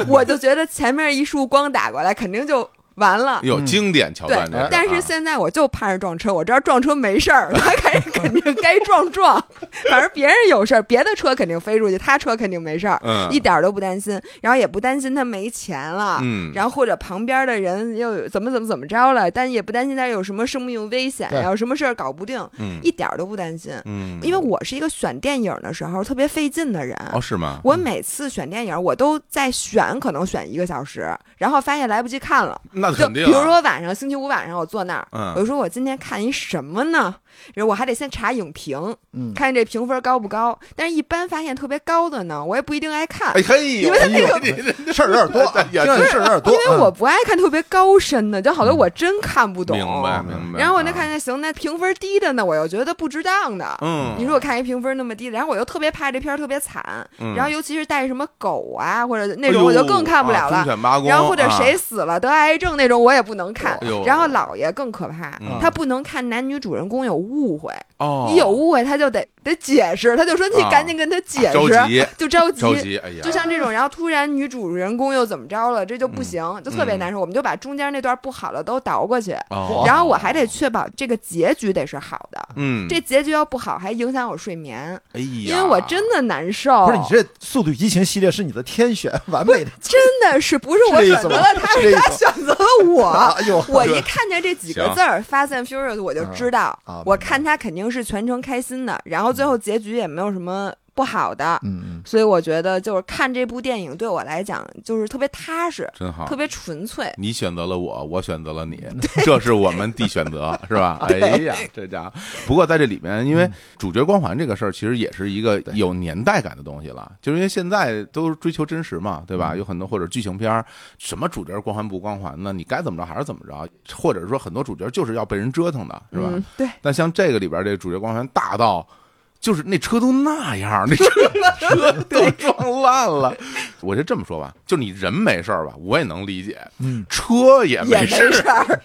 Speaker 1: 我就觉得前面一束光打过来，肯定就完了。
Speaker 2: 有
Speaker 3: 嗯
Speaker 2: 经典桥
Speaker 1: 对
Speaker 2: 段这 啊个，，
Speaker 1: 但是现在我就盼着撞车，我知道撞车没事儿， 他肯肯定该撞撞， 反正别人有事儿，别的车肯定飞出去，他车肯定没事儿，
Speaker 2: 嗯
Speaker 1: 一点儿都不担心，然后也不担心他没钱了，
Speaker 2: 嗯，
Speaker 1: 然后或者旁边的人又有怎么怎么怎么着了，但也不担心他有什么生命危险
Speaker 3: 对
Speaker 1: 呀，有什么事儿搞不定，
Speaker 2: 嗯
Speaker 1: 一点儿都不担心。
Speaker 2: 嗯，
Speaker 1: 因为我是一个选电影的时候特别费劲的人，
Speaker 2: 哦是吗？
Speaker 1: 我每次选电影我都在选，可能选一个小时，然后发现来不及看了。
Speaker 2: 那
Speaker 1: 就
Speaker 2: 肯
Speaker 1: 比
Speaker 2: 定啊，
Speaker 1: 如说晚上星期五晚上我坐那儿，
Speaker 2: 嗯
Speaker 1: 我就说我今天看一什么呢？然后我还得先查影评，
Speaker 3: 嗯
Speaker 1: 看这评分高不高。但是一般发现特别高的呢，我也不一定爱看。
Speaker 2: 哎嘿呦，
Speaker 1: 因为他 那个
Speaker 2: 你这
Speaker 3: 事儿有点多
Speaker 2: 哎
Speaker 3: 啊，听着你事儿有点多，
Speaker 1: 因为我
Speaker 3: 嗯
Speaker 1: 不爱看特别高深的，就好多我真看不懂。
Speaker 2: 明白明白。
Speaker 1: 然后我那
Speaker 2: 啊
Speaker 1: 看，见行，那评分低的呢，我又觉得不值当的。
Speaker 2: 嗯，
Speaker 1: 你说我看一评分那么低的，然后我又特别怕这片儿特别惨，
Speaker 2: 嗯，
Speaker 1: 然后尤其是带什么狗啊或者
Speaker 2: 哎
Speaker 1: 那
Speaker 2: 呦
Speaker 1: 种，我就更看不了
Speaker 2: 啊忠
Speaker 1: 了。
Speaker 2: 犬八公，
Speaker 1: 然后或者
Speaker 2: 啊
Speaker 1: 谁死了得癌症那种，我也不能看
Speaker 2: 哎呦。
Speaker 1: 然后姥爷更可怕
Speaker 2: 嗯，
Speaker 1: 他不能看男女主人公有误会，
Speaker 2: 哦，
Speaker 1: 你有误会他就得得解释，他就说你
Speaker 2: 啊
Speaker 1: 赶紧跟他解
Speaker 2: 着
Speaker 1: 释，
Speaker 2: 急
Speaker 1: 就 着急
Speaker 2: 着急，哎呀，
Speaker 1: 就像这种，然后突然女主人公又怎么着了，这就不行，就特别
Speaker 2: 嗯
Speaker 1: 难受。我们就把中间那段不好的都倒过去，
Speaker 2: 哦
Speaker 1: 然后我还得确保这个结局得是好的。
Speaker 2: 嗯，
Speaker 1: 这结局要不好，还影响我睡眠，
Speaker 2: 哎呀，
Speaker 1: 因为我真的难受。
Speaker 3: 不是你这《速度与激情》系列是你的天选，完美的
Speaker 1: 真的是不是我
Speaker 3: 是这意
Speaker 1: 选择
Speaker 3: 思吗
Speaker 1: 了他，
Speaker 3: 是这意
Speaker 1: 是他
Speaker 3: 思
Speaker 1: 选择了我。
Speaker 3: 哎 呦，
Speaker 1: 我一看见这几个
Speaker 2: 行嗯
Speaker 1: 字儿 “Fast and Furious”，我就知道
Speaker 3: 啊啊，
Speaker 1: 我
Speaker 3: 明白
Speaker 1: 看他肯定是全程开心的，然后最
Speaker 2: 嗯
Speaker 1: 后结局也没有什么不好的，
Speaker 3: 嗯，
Speaker 1: 所以我觉得就是看这部电影对我来讲就是特别踏实，
Speaker 2: 真好
Speaker 1: 特。别纯粹。
Speaker 2: 你选择了我，我选择了你，这是我们的选择，是吧？哎呀，这家伙！不过在这里面，因为主角光环这个事儿，其实也是一个有年代感的东西了，就是因为现在都追求真实嘛，对吧？有很多或者剧情片儿，什么主角光环不光环呢？你该怎么着还是怎么着，或者说很多主角就是要被人折腾的，是吧？
Speaker 1: 嗯，对，
Speaker 2: 但像这个里边这个主角光环大到，就是那车都那样儿，那车 车 都撞烂了。 我就这么说吧，就你人没事儿吧，我也能理解，
Speaker 3: 嗯，
Speaker 2: 车也
Speaker 1: 也没
Speaker 2: 事儿，
Speaker 1: 事儿，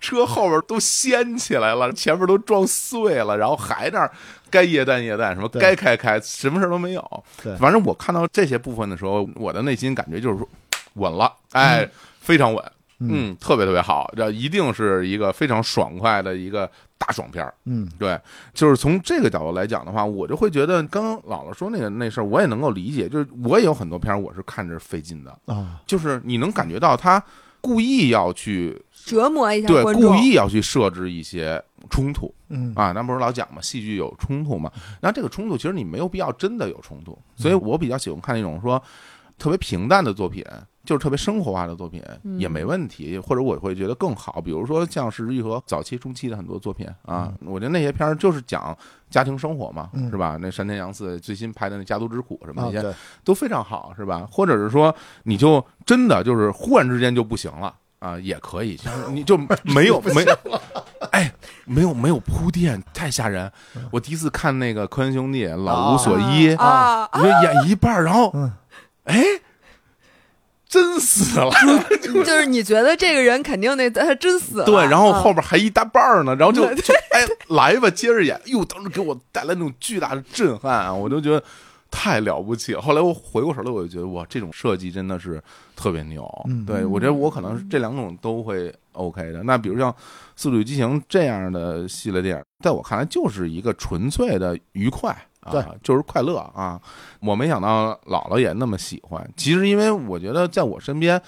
Speaker 2: 车后边都掀起来了，前面都撞碎了，然后还那儿该液氮液氮，什么
Speaker 3: 对
Speaker 2: 该开开，什么事儿都没有。
Speaker 3: 对
Speaker 2: 反正我看到这些部分的时候，我的内心感觉就是说稳了，哎，非常稳。
Speaker 3: 嗯
Speaker 2: 嗯，特别特别好，这一定是一个非常爽快的一个大爽片儿。
Speaker 3: 嗯
Speaker 2: 对，就是从这个角度来讲的话，我就会觉得刚刚姥姥说那个那事儿，我也能够理解。就是我也有很多片儿，我是看着费劲的，
Speaker 3: 啊，
Speaker 2: 就是你能感觉到他故意要去
Speaker 1: 折磨一下
Speaker 2: 对
Speaker 1: 观众。
Speaker 2: 故意要去设置一些冲突
Speaker 3: 嗯
Speaker 2: 啊。咱不是老讲嘛，戏剧有冲突嘛。然后这个冲突其实你没有必要真的有冲突，所以
Speaker 3: 嗯
Speaker 2: 我比较喜欢看那种说特别平淡的作品。就是特别生活化的作品
Speaker 1: 嗯
Speaker 2: 也没问题，或者我会觉得更好。比如说像石玉和早期、中期的很多作品啊，我觉得那些片儿就是讲家庭生活嘛，
Speaker 3: 嗯
Speaker 2: 是吧？那山田洋次最新拍的那《家族之苦》什么
Speaker 3: 啊
Speaker 2: 那些，
Speaker 3: 对，
Speaker 2: 都非常好，是吧？或者是说，你就真的就是忽然之间就不行了啊，也可以，就是你就没有没，哎，没有没有铺垫，太吓人。我第一次看那个科恩兄弟老无所依，
Speaker 1: 啊啊
Speaker 2: 我就演一半儿，然后
Speaker 3: 嗯，
Speaker 2: 哎，真死了，
Speaker 1: 嗯就是你觉得这个人肯定那他真死了，
Speaker 2: 对，然后
Speaker 1: 嗯
Speaker 2: 后边还一大半儿呢，然后就就哎来吧，接着演，哟，当时给我带来那种巨大的震撼啊，我就觉得太了不起了。后来我回过神来，我就觉得哇，这种设计真的是特别牛。
Speaker 3: 嗯
Speaker 2: 对我觉得我可能是这两种都会 OK 的。那比如像《速度与激情》这样的系列电影，在我看来就是一个纯粹的愉快。
Speaker 3: 对。
Speaker 2: 啊，就是快乐啊！我没想到姥姥也那么喜欢。其实，因为我觉得在我身边，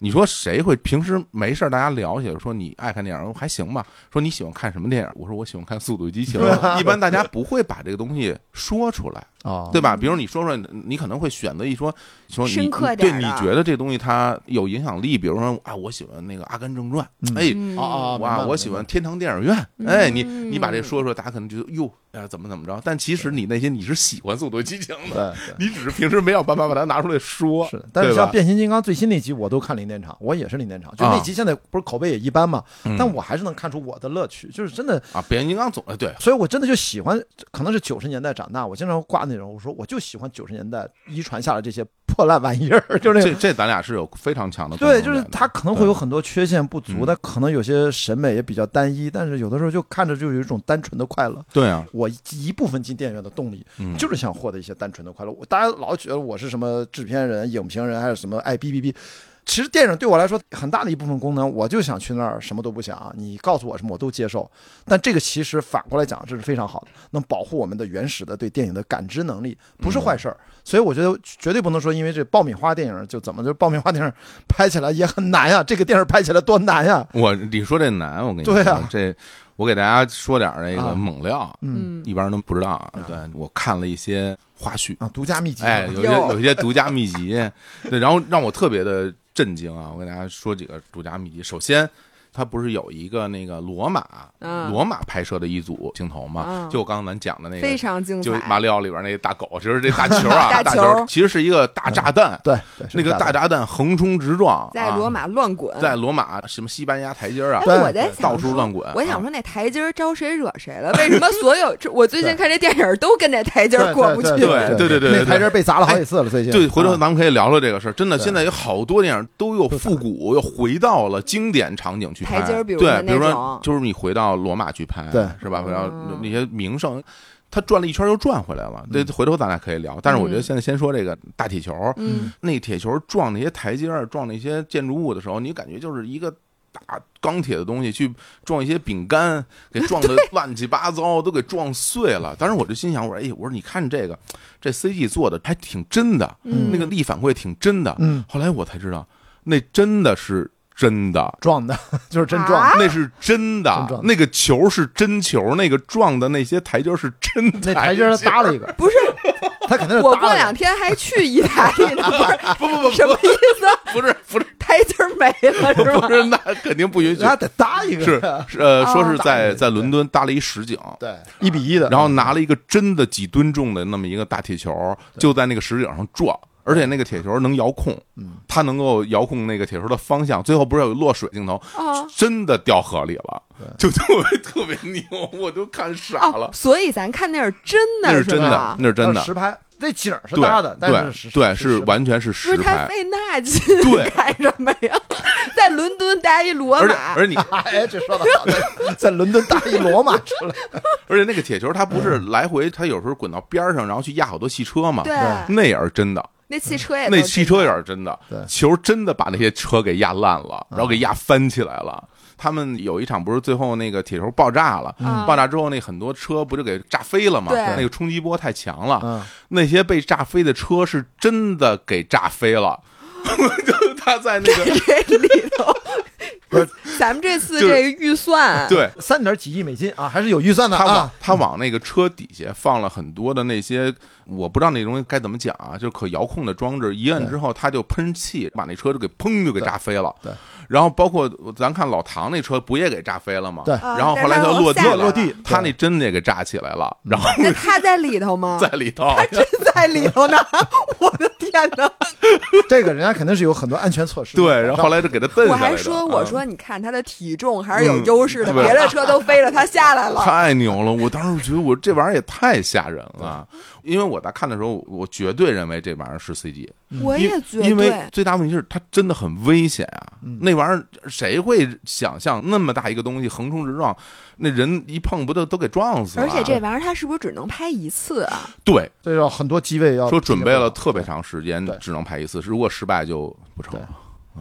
Speaker 2: 你说谁会平时没事儿大家聊起来说你爱看电影还行吧？说你喜欢看什么电影？我说我喜欢看《速度与激情》一般大家不会把这个东西说出来，
Speaker 3: 啊，
Speaker 2: 对吧？比如你说说，你可能会选择一说说你
Speaker 1: 深刻
Speaker 2: 对
Speaker 1: 点儿啊
Speaker 2: 你
Speaker 1: 的
Speaker 2: 觉得这东西它有影响力。比如说啊，我喜欢那个《阿甘正传》，
Speaker 3: 嗯
Speaker 2: 哎，
Speaker 1: 嗯
Speaker 3: 啊啊，明白
Speaker 2: 哇，
Speaker 3: 了
Speaker 2: 我喜欢，
Speaker 3: 明
Speaker 2: 天堂电影院，哎，你你把这说说，大家可能觉得哟，呀怎么怎么着，但其实你内心你是喜欢《速度与激情》的，
Speaker 3: 对，对
Speaker 2: 你只是平时没有办法把它拿出来说。
Speaker 3: 是的，但是
Speaker 2: 对吧
Speaker 3: 像变形金刚最新那集，我都看零点场，我也是零点场，就
Speaker 2: 啊
Speaker 3: 那集现在不是口碑也一般嘛，
Speaker 2: 嗯
Speaker 3: 但我还是能看出我的乐趣，就是真的，
Speaker 2: 啊，变形金刚总哎对，
Speaker 3: 所以我真的就喜欢，可能是九十年代长大，我经常挂那种，我说我就喜欢九十年代遗传下来这些破烂玩意儿，就是那
Speaker 2: 这
Speaker 3: 种。
Speaker 2: 这咱俩是有非常强的共
Speaker 3: 对，
Speaker 2: 同
Speaker 3: 就是
Speaker 2: 点的
Speaker 3: 它可能会有很多缺陷不足，
Speaker 2: 嗯
Speaker 3: 但可能有些审美也比较单一，但是有的时候就看着就有一种单纯的快乐。
Speaker 2: 对啊，
Speaker 3: 我一一部分进电影院的动力，
Speaker 2: 嗯，
Speaker 3: 就是想获得一些单纯的快乐。我大家老觉得我是什么制片人、影评人，还是什么哎爱哔哔哔。其实电影对我来说很大的一部分功能，我就想去那儿什么都不想，啊你告诉我什么我都接受。但这个其实反过来讲，这是非常好的，能保护我们的原始的对电影的感知能力，不是坏事
Speaker 2: 嗯
Speaker 3: 儿。所以我觉得绝对不能说因为这爆米花电影就怎么就爆米花电影拍起来也很难呀，这个电影拍起来多难啊呀。
Speaker 2: 我你说这难，我跟你说，
Speaker 3: 对啊
Speaker 2: 这我给大家说点儿那
Speaker 3: 啊
Speaker 2: 个猛料，
Speaker 3: 嗯
Speaker 1: 嗯，
Speaker 2: 一般人都不知道啊。对我看了一些花絮，
Speaker 3: 啊，独家秘籍啊，
Speaker 2: 哎，有些
Speaker 1: 哟
Speaker 2: 有些独家秘籍， 对，然后让我特别的震惊啊！我给大家说几个独家秘籍。首先，它不是有一个那个罗马，
Speaker 1: 嗯
Speaker 2: 罗马拍摄的一组镜头嘛？
Speaker 1: 嗯
Speaker 2: 就我刚刚咱讲的那
Speaker 1: 非
Speaker 2: 个。
Speaker 1: 常精
Speaker 2: 就
Speaker 1: 彩
Speaker 2: 马。里奥里边那大狗，其实这大球 啊，
Speaker 1: 大
Speaker 2: 大
Speaker 1: 球
Speaker 2: 球其实是一个大炸弹，
Speaker 3: 对对，嗯是
Speaker 2: 那个
Speaker 3: 大
Speaker 2: 大炸弹横冲直撞，
Speaker 1: 在罗、马乱滚
Speaker 2: 啊，，在罗马什么西班牙台阶啊
Speaker 1: 哎，，
Speaker 3: 对
Speaker 1: 我在想
Speaker 2: 到处
Speaker 1: 说
Speaker 2: 乱滚
Speaker 1: 我想
Speaker 2: 啊
Speaker 1: 说那台阶儿招谁惹谁了？为什么所 有这我最近看这电影儿都跟这台阶儿
Speaker 3: 对
Speaker 1: 过不去？嗯
Speaker 3: 对
Speaker 2: 对对对对
Speaker 3: 那
Speaker 2: 对
Speaker 3: 台阶被砸了好几次了，最近
Speaker 2: 对，回头
Speaker 3: 啊
Speaker 2: 咱们可以聊聊这个事儿。真的，
Speaker 3: 对
Speaker 2: 现在有好多电影都又复古，又回到了经典场景去拍。
Speaker 1: 台阶儿比如说
Speaker 2: 对，比如
Speaker 1: 那
Speaker 2: 说
Speaker 1: 种
Speaker 2: 就是你回到罗马去拍，
Speaker 3: 对
Speaker 2: 是吧？回到
Speaker 1: 嗯
Speaker 2: 那些名胜，他转了一圈又转回来了。
Speaker 3: 嗯
Speaker 2: 对，回头咱俩可以聊。但是我觉得
Speaker 1: 嗯
Speaker 2: 现在先说这个大铁球，
Speaker 1: 嗯，
Speaker 2: 那铁球撞那些台阶儿、撞那些建筑物的时候，你感觉就是一个。大钢铁的东西去撞一些饼干，给撞的乱七八糟，都给撞碎了。当时我就心想，我说，哎，我说你看这个，这 CG 做的还挺真的，
Speaker 1: 嗯
Speaker 2: 那个力反馈挺真的。
Speaker 3: 嗯
Speaker 2: 后来我才知道，那真的是真的，
Speaker 3: 撞的， 就是真撞
Speaker 1: 啊
Speaker 2: 那是真
Speaker 3: 真
Speaker 2: 的，
Speaker 3: 撞的
Speaker 2: 那个球是真球，那个撞的那些台阶是真
Speaker 3: 那
Speaker 2: 的。
Speaker 3: 台阶儿搭了一个，
Speaker 1: 不是，
Speaker 3: 他肯定是搭
Speaker 1: 我
Speaker 3: 了一个
Speaker 1: 过两天还去意大利呢，不是
Speaker 2: 不不不，
Speaker 1: 什么意思？
Speaker 2: 不是不是
Speaker 1: 台阶儿没了是
Speaker 2: 不
Speaker 1: 吗？
Speaker 2: 是，那肯定不允许
Speaker 3: 人。家得搭一 个，
Speaker 2: 是是呃，
Speaker 1: 哦
Speaker 2: 说是
Speaker 3: 搭一
Speaker 2: 在
Speaker 3: 个
Speaker 2: 在伦敦搭了一实景，
Speaker 3: 对，一比一的，
Speaker 2: 然后拿了一个真的几吨重的那么一个大铁球，就在那个石井上撞。而且那个铁球能遥控，
Speaker 3: 嗯
Speaker 2: 它能够遥控那个铁球的方向。最后不是有落水镜头，
Speaker 1: 哦
Speaker 2: 真的掉河里了，就特别 特别牛，我都看傻
Speaker 1: 哦
Speaker 2: 了，。
Speaker 1: 所以咱看那是真的，
Speaker 2: 那是真的
Speaker 1: 吧，？
Speaker 2: 那是真的，
Speaker 3: 呃实拍，这景儿是
Speaker 2: 对
Speaker 3: 搭的，但是
Speaker 2: 对对，是
Speaker 3: 完
Speaker 2: 完全是
Speaker 1: 不
Speaker 2: 实
Speaker 1: 是他
Speaker 2: 拍。
Speaker 1: 费那劲
Speaker 2: 对
Speaker 1: 干什么呀？ 在伦敦待一罗
Speaker 2: 而且
Speaker 1: 马，
Speaker 2: 而且你
Speaker 3: 哎，这说的好，在在伦敦搭一罗马出来，
Speaker 2: 而且那个铁球，它不是
Speaker 3: 嗯
Speaker 2: 来回，它有时候滚到边儿上，然后去压好多汽车嘛。
Speaker 1: 对，
Speaker 2: 那也是真的，
Speaker 1: 那汽车也
Speaker 2: 那
Speaker 1: 都
Speaker 2: 汽车也是真的
Speaker 3: 对，
Speaker 2: 球真的把那些车给压烂了，然后给压翻起来了。他们有一场不是最后那个铁球爆炸了，
Speaker 1: 嗯
Speaker 2: 爆炸之后那很多车不就给炸飞了吗？
Speaker 1: 对
Speaker 2: 那个冲击波太强了，
Speaker 3: 嗯，
Speaker 2: 那些被炸飞的车是真的给炸飞了。 就他在那 个
Speaker 1: 这里头，
Speaker 3: 不是
Speaker 1: 咱们这次
Speaker 2: 就
Speaker 1: 这
Speaker 2: 是
Speaker 1: 个预算，
Speaker 2: 对，
Speaker 3: 三点几亿美金啊，还是有预算的
Speaker 2: 他往
Speaker 3: 啊，
Speaker 2: 他往那个车底下放了很多的那些，我不知道那东西该怎么讲啊，就是可遥控的装置，一摁之后它就喷气，把那车就给砰就给炸飞了。
Speaker 3: 对对
Speaker 2: 然后包括咱看老唐那车不也给炸飞了吗？
Speaker 3: 对
Speaker 1: 啊
Speaker 2: 然后后来他落地
Speaker 1: 然
Speaker 2: 了，
Speaker 1: 后落地
Speaker 3: 了
Speaker 2: 他那真的也给炸起来了，
Speaker 3: 嗯
Speaker 2: 然后
Speaker 1: 那他在里头吗？
Speaker 2: 在里头，
Speaker 1: 真 在里头呢！我的 天哪！
Speaker 3: 这个人家肯定是有很多安全措施的，
Speaker 2: 对，然后后来就给他蹬
Speaker 1: 我
Speaker 2: 下来
Speaker 1: 还
Speaker 2: 的。
Speaker 1: 说，
Speaker 2: 嗯
Speaker 1: 我说，你看他的体重还是有
Speaker 2: 嗯
Speaker 1: 优势的，
Speaker 2: 对
Speaker 1: 别的车都飞了，他下来了。
Speaker 2: 太牛了！我当时觉得我这玩意儿也太吓人了，因为我在看的时候，我绝对认为这玩意儿是 CG。
Speaker 1: 我
Speaker 2: 因
Speaker 1: 也觉
Speaker 2: 因为
Speaker 1: 得，
Speaker 2: 最大问题是它真的很危险啊！
Speaker 3: 嗯
Speaker 2: 那玩意儿谁会想象那么大一个东西横冲直撞，那人一碰不都都给撞死了？啊
Speaker 1: 而且这玩意儿他是不是只能拍一次啊？
Speaker 2: 对
Speaker 3: 所以说很多机位要
Speaker 2: 说准备了特别长时间
Speaker 3: 对，
Speaker 2: 只能拍一次，如果失败就不成了。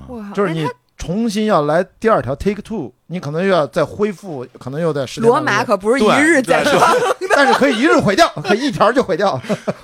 Speaker 1: 我靠！
Speaker 3: 就是
Speaker 1: 哎
Speaker 3: 你重新要来第二条 take two，你可能又要再恢复，可能又得
Speaker 1: 他
Speaker 3: 时间
Speaker 1: 罗马可不是一
Speaker 2: 对
Speaker 1: 日 建设，
Speaker 3: 但是可以一日毁掉，可以一条就毁掉。
Speaker 1: 我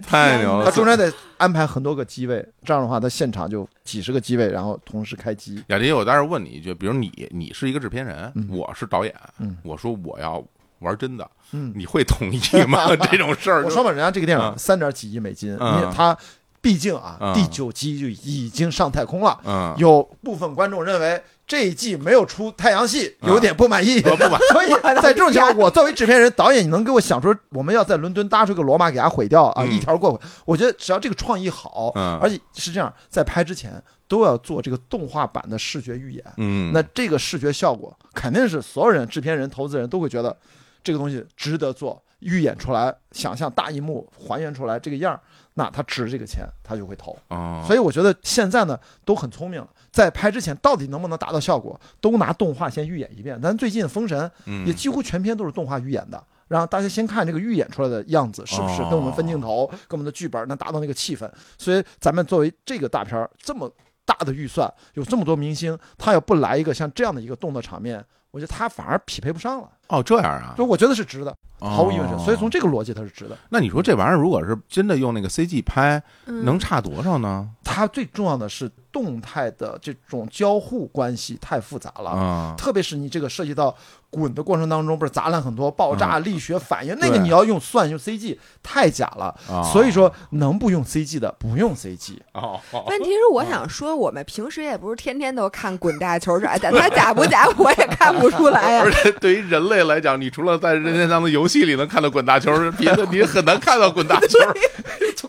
Speaker 1: 的
Speaker 2: 太
Speaker 1: 天
Speaker 2: 牛
Speaker 3: 他
Speaker 2: 了！
Speaker 3: 中间得安排很多个机位，这样的话，他现场就几十个机位，然后同时开机。
Speaker 2: 雅迪，我当时问你一句，比如你你是一个制片人，我是导演
Speaker 3: 嗯，
Speaker 2: 我说我要玩真的，
Speaker 3: 嗯
Speaker 2: 你会同意吗？这种事儿
Speaker 3: 我
Speaker 2: 就
Speaker 3: 说嘛，人家这个电影
Speaker 2: 嗯
Speaker 3: 三点几亿美金，
Speaker 2: 嗯
Speaker 3: 你他毕竟啊，
Speaker 2: 嗯
Speaker 3: 第九集就已经上太空了。
Speaker 2: 嗯，
Speaker 3: 有部分观众认为这一季没有出太阳系，
Speaker 2: 嗯
Speaker 3: 有点不满意。
Speaker 2: 我不管，
Speaker 3: 所以在这种情况，我作为制片人、导演，你能给我想出我们要在伦敦搭出个罗马给它毁掉啊，
Speaker 2: 嗯
Speaker 3: 一条过毁？我觉得只要这个创意好，
Speaker 2: 嗯
Speaker 3: 而且是这样，在拍之前都要做这个动画版的视觉预演，
Speaker 2: 嗯，
Speaker 3: 那这个视觉效果肯定是所有人、制片人、投资人都会觉得这个东西值得做，预演出来，想象大荧幕还原出来这个样儿，那他值这个钱，他就会投。
Speaker 2: 哦，
Speaker 3: 所以我觉得现在呢都很聪明了，在拍之前到底能不能达到效果，都拿动画先预演一遍。咱最近《封神》
Speaker 2: 嗯
Speaker 3: 也几乎全篇都是动画预演的，让大家先看这个预演出来的样子是不是
Speaker 2: 哦
Speaker 3: 跟我们分镜头、跟我们的剧本能达到那个气氛。所以咱们作为这个大片儿这么大的预算，有这么多明星，他要不来一个像这样的一个动作场面，我觉得他反而匹配不上了。
Speaker 2: 哦这样啊
Speaker 3: 所，以我觉得是值的，毫无疑问是。
Speaker 2: 哦
Speaker 3: 所以从这个逻辑它是值的。
Speaker 2: 那你说这玩意儿如果是真的用那个 CG 拍，
Speaker 1: 嗯
Speaker 2: 能差多少呢？
Speaker 3: 它最重要的是动态的这种交互关系太复杂了。
Speaker 2: 啊，
Speaker 3: 特别是你这个涉及到滚的过程当中，不是砸烂很多爆炸、力学反应，那个
Speaker 2: 嗯对
Speaker 3: 你要用算用 CG 太假了，
Speaker 2: 啊
Speaker 3: 所以说能不用 CG 的不用 CG。
Speaker 2: 哦，
Speaker 1: 问题是，我
Speaker 2: 嗯
Speaker 1: 想说，我们平时也不是天天都看滚大球赛，但它假不假，我也看不出来呀
Speaker 2: 而。且对于人类来讲，你除了在任天堂的游戏里能看到滚大球，别 的你很难看到滚大球。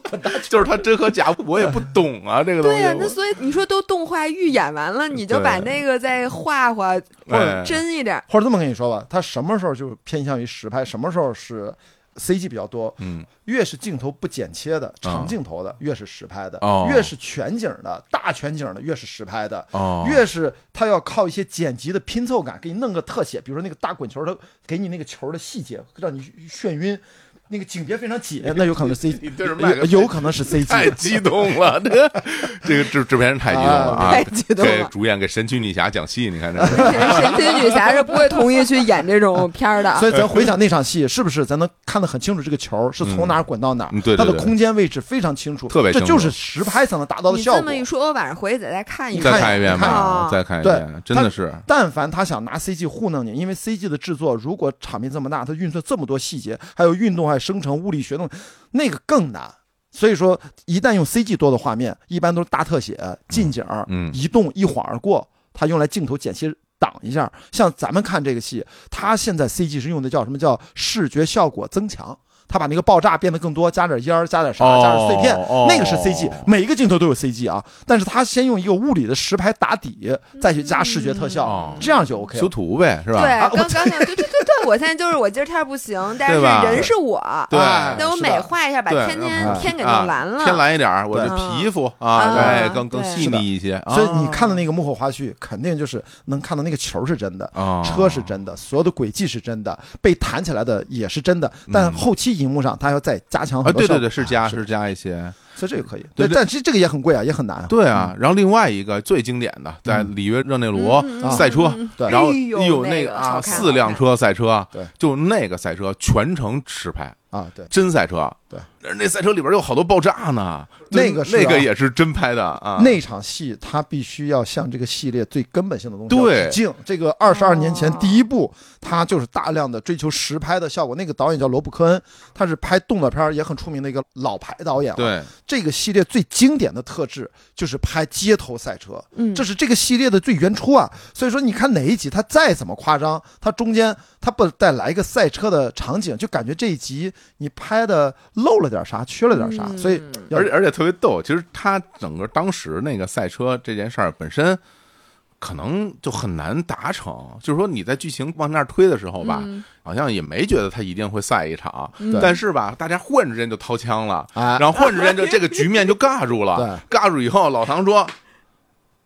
Speaker 2: 滚大球就是它真和假，我也不懂啊，这个东
Speaker 1: 对
Speaker 2: 西。
Speaker 1: 呀、那所以你说都动画预演完了，你就
Speaker 2: 对
Speaker 1: 把那个再画画
Speaker 2: 我哎
Speaker 1: 真一点儿。
Speaker 3: 或者这么跟你说吧，它什么时候就偏向于实拍，什么时候是 CG 比较多。
Speaker 2: 嗯，啊
Speaker 3: 越是镜头不剪切的长镜头的，越是实拍的；
Speaker 2: 哦
Speaker 3: 越是全景的大全景的，越是实拍的。
Speaker 2: 哦
Speaker 3: 越是它要靠一些剪辑的拼凑感，给你弄个特写，比如说那个大滚球，它给你那个球的细节，让你眩晕，那个景别非常
Speaker 2: 哎
Speaker 3: 紧，那有可能 是 CG，
Speaker 2: 你对着麦克
Speaker 3: 有有可能是
Speaker 2: 太
Speaker 3: CG。
Speaker 2: 激动了，这个 这个制制片人太激动了啊！
Speaker 1: 啊 太激动了
Speaker 2: 给主演给神奇女侠讲戏，你看这是。
Speaker 1: 神奇女侠是不会同意去演这种片儿的。
Speaker 3: 所以咱回想那场戏，是不是咱能看得很清楚这个球是从哪儿滚到哪儿？
Speaker 2: 嗯对对
Speaker 3: 它的
Speaker 2: 对
Speaker 3: 空间位置非常清楚，
Speaker 2: 特别清
Speaker 3: 这
Speaker 2: 楚
Speaker 3: 就是实拍才能达到的
Speaker 1: 你
Speaker 3: 效
Speaker 1: 这
Speaker 3: 果
Speaker 1: 么。一说，我晚上回去得再看一
Speaker 3: 你
Speaker 1: 看。
Speaker 2: 再看一遍
Speaker 3: 看
Speaker 2: 吧
Speaker 1: 啊，
Speaker 2: 再看一
Speaker 3: 对
Speaker 2: 遍，真的是，
Speaker 3: 但凡他想拿 CG 糊弄你，因为 CG 的制作，如果场面这么大，它运算这么多细节，还有运动、还有生成、物理学动，那个更难。所以说，一旦用 CG 多的画面，一般都是大特写、近景、
Speaker 2: 嗯
Speaker 3: 移动一晃而过，它用来镜头剪切挡一下。像咱们看这个戏，它现在 CG 是用的叫什么叫视觉效果增强。它把那个爆炸变得更多，加点烟儿，加点啥，
Speaker 2: 哦
Speaker 3: 加点碎片，
Speaker 2: 哦
Speaker 3: 那个是 CG，每一个镜头都有 CG 啊。但是它先用一个物理的实拍打底，
Speaker 1: 嗯
Speaker 3: 再去加视觉特效，
Speaker 2: 哦
Speaker 3: 这样就 OK
Speaker 2: 修
Speaker 3: 了。
Speaker 2: 图呗，是吧？
Speaker 1: 对，
Speaker 3: 啊我
Speaker 1: 刚刚想，对对对对，我现在就是我今儿天儿不行，但是
Speaker 2: 对吧
Speaker 1: 人是我，啊
Speaker 2: 对
Speaker 3: 哎
Speaker 1: 等我
Speaker 3: 是的
Speaker 1: 美化一下，把
Speaker 2: 对
Speaker 1: 天
Speaker 3: 让
Speaker 1: 天
Speaker 3: 它
Speaker 1: 天给弄
Speaker 2: 啊
Speaker 1: 蓝了。
Speaker 2: 偏蓝一点儿，我这
Speaker 1: 对
Speaker 2: 皮肤啊，
Speaker 1: 啊
Speaker 2: 对，更更
Speaker 1: 对
Speaker 2: 细腻一些。啊
Speaker 3: 所以你看的那个幕后花絮，肯定就是能看到那个球是真的，
Speaker 2: 啊，
Speaker 3: 车是真的，所有的轨迹是真的，被弹起来的也是真的。但后期荧幕上，它要再加强
Speaker 2: 嗯啊，
Speaker 3: 很
Speaker 2: 对
Speaker 3: 多效
Speaker 2: 对
Speaker 3: 果。
Speaker 2: 对，是加
Speaker 3: 是嗯
Speaker 2: 是加一些，
Speaker 3: 所以这个可以。
Speaker 2: 对
Speaker 3: 对，
Speaker 2: 对
Speaker 3: 但其实这个也很贵啊，也很难啊。
Speaker 2: 对啊。然后另外一个最经典的，在里约热内卢
Speaker 3: 嗯
Speaker 2: 赛车，
Speaker 3: 对
Speaker 2: 然后
Speaker 1: 哎呦
Speaker 2: 有
Speaker 1: 那
Speaker 2: 个
Speaker 1: 个
Speaker 2: 啊
Speaker 1: 好看
Speaker 2: 四辆车赛车啊
Speaker 3: 对，
Speaker 2: 就那个赛车全程实拍，
Speaker 3: 啊，对，
Speaker 2: 真赛车。
Speaker 3: 对，
Speaker 2: 那赛车里边有好多爆炸呢，
Speaker 3: 那个是啊
Speaker 2: 那个也是真拍的啊。
Speaker 3: 那场戏它必须要向这个系列最根本性的东西
Speaker 2: 对
Speaker 3: 要致敬。这个二十二年前
Speaker 1: 哦
Speaker 3: 第一部，它就是大量的追求实拍的效果。那个导演叫罗布·科恩，他是拍动作片儿也很出名的一个老牌导演。，啊
Speaker 2: 对，
Speaker 3: 这个系列最经典的特质就是拍街头赛车，
Speaker 1: 嗯
Speaker 3: 这是这个系列的最原初啊。所以说，你看哪一集它再怎么夸张，它中间它不再来一个赛车的场景，就感觉这一集你拍的漏了点啥，缺了点啥。
Speaker 1: 嗯
Speaker 3: 所以要
Speaker 2: 而且而且特别逗，其实他整个当时那个赛车这件事儿本身。可能就很难达成，就是说你在剧情往那儿推的时候吧，
Speaker 3: 嗯
Speaker 2: 好像也没觉得他一定会赛一场，
Speaker 3: 对
Speaker 2: 但是吧，大家忽然之间就掏枪了，
Speaker 3: 嗯哎
Speaker 2: 然后忽然之间就这个局面就尬住 了，尬住以后，老唐说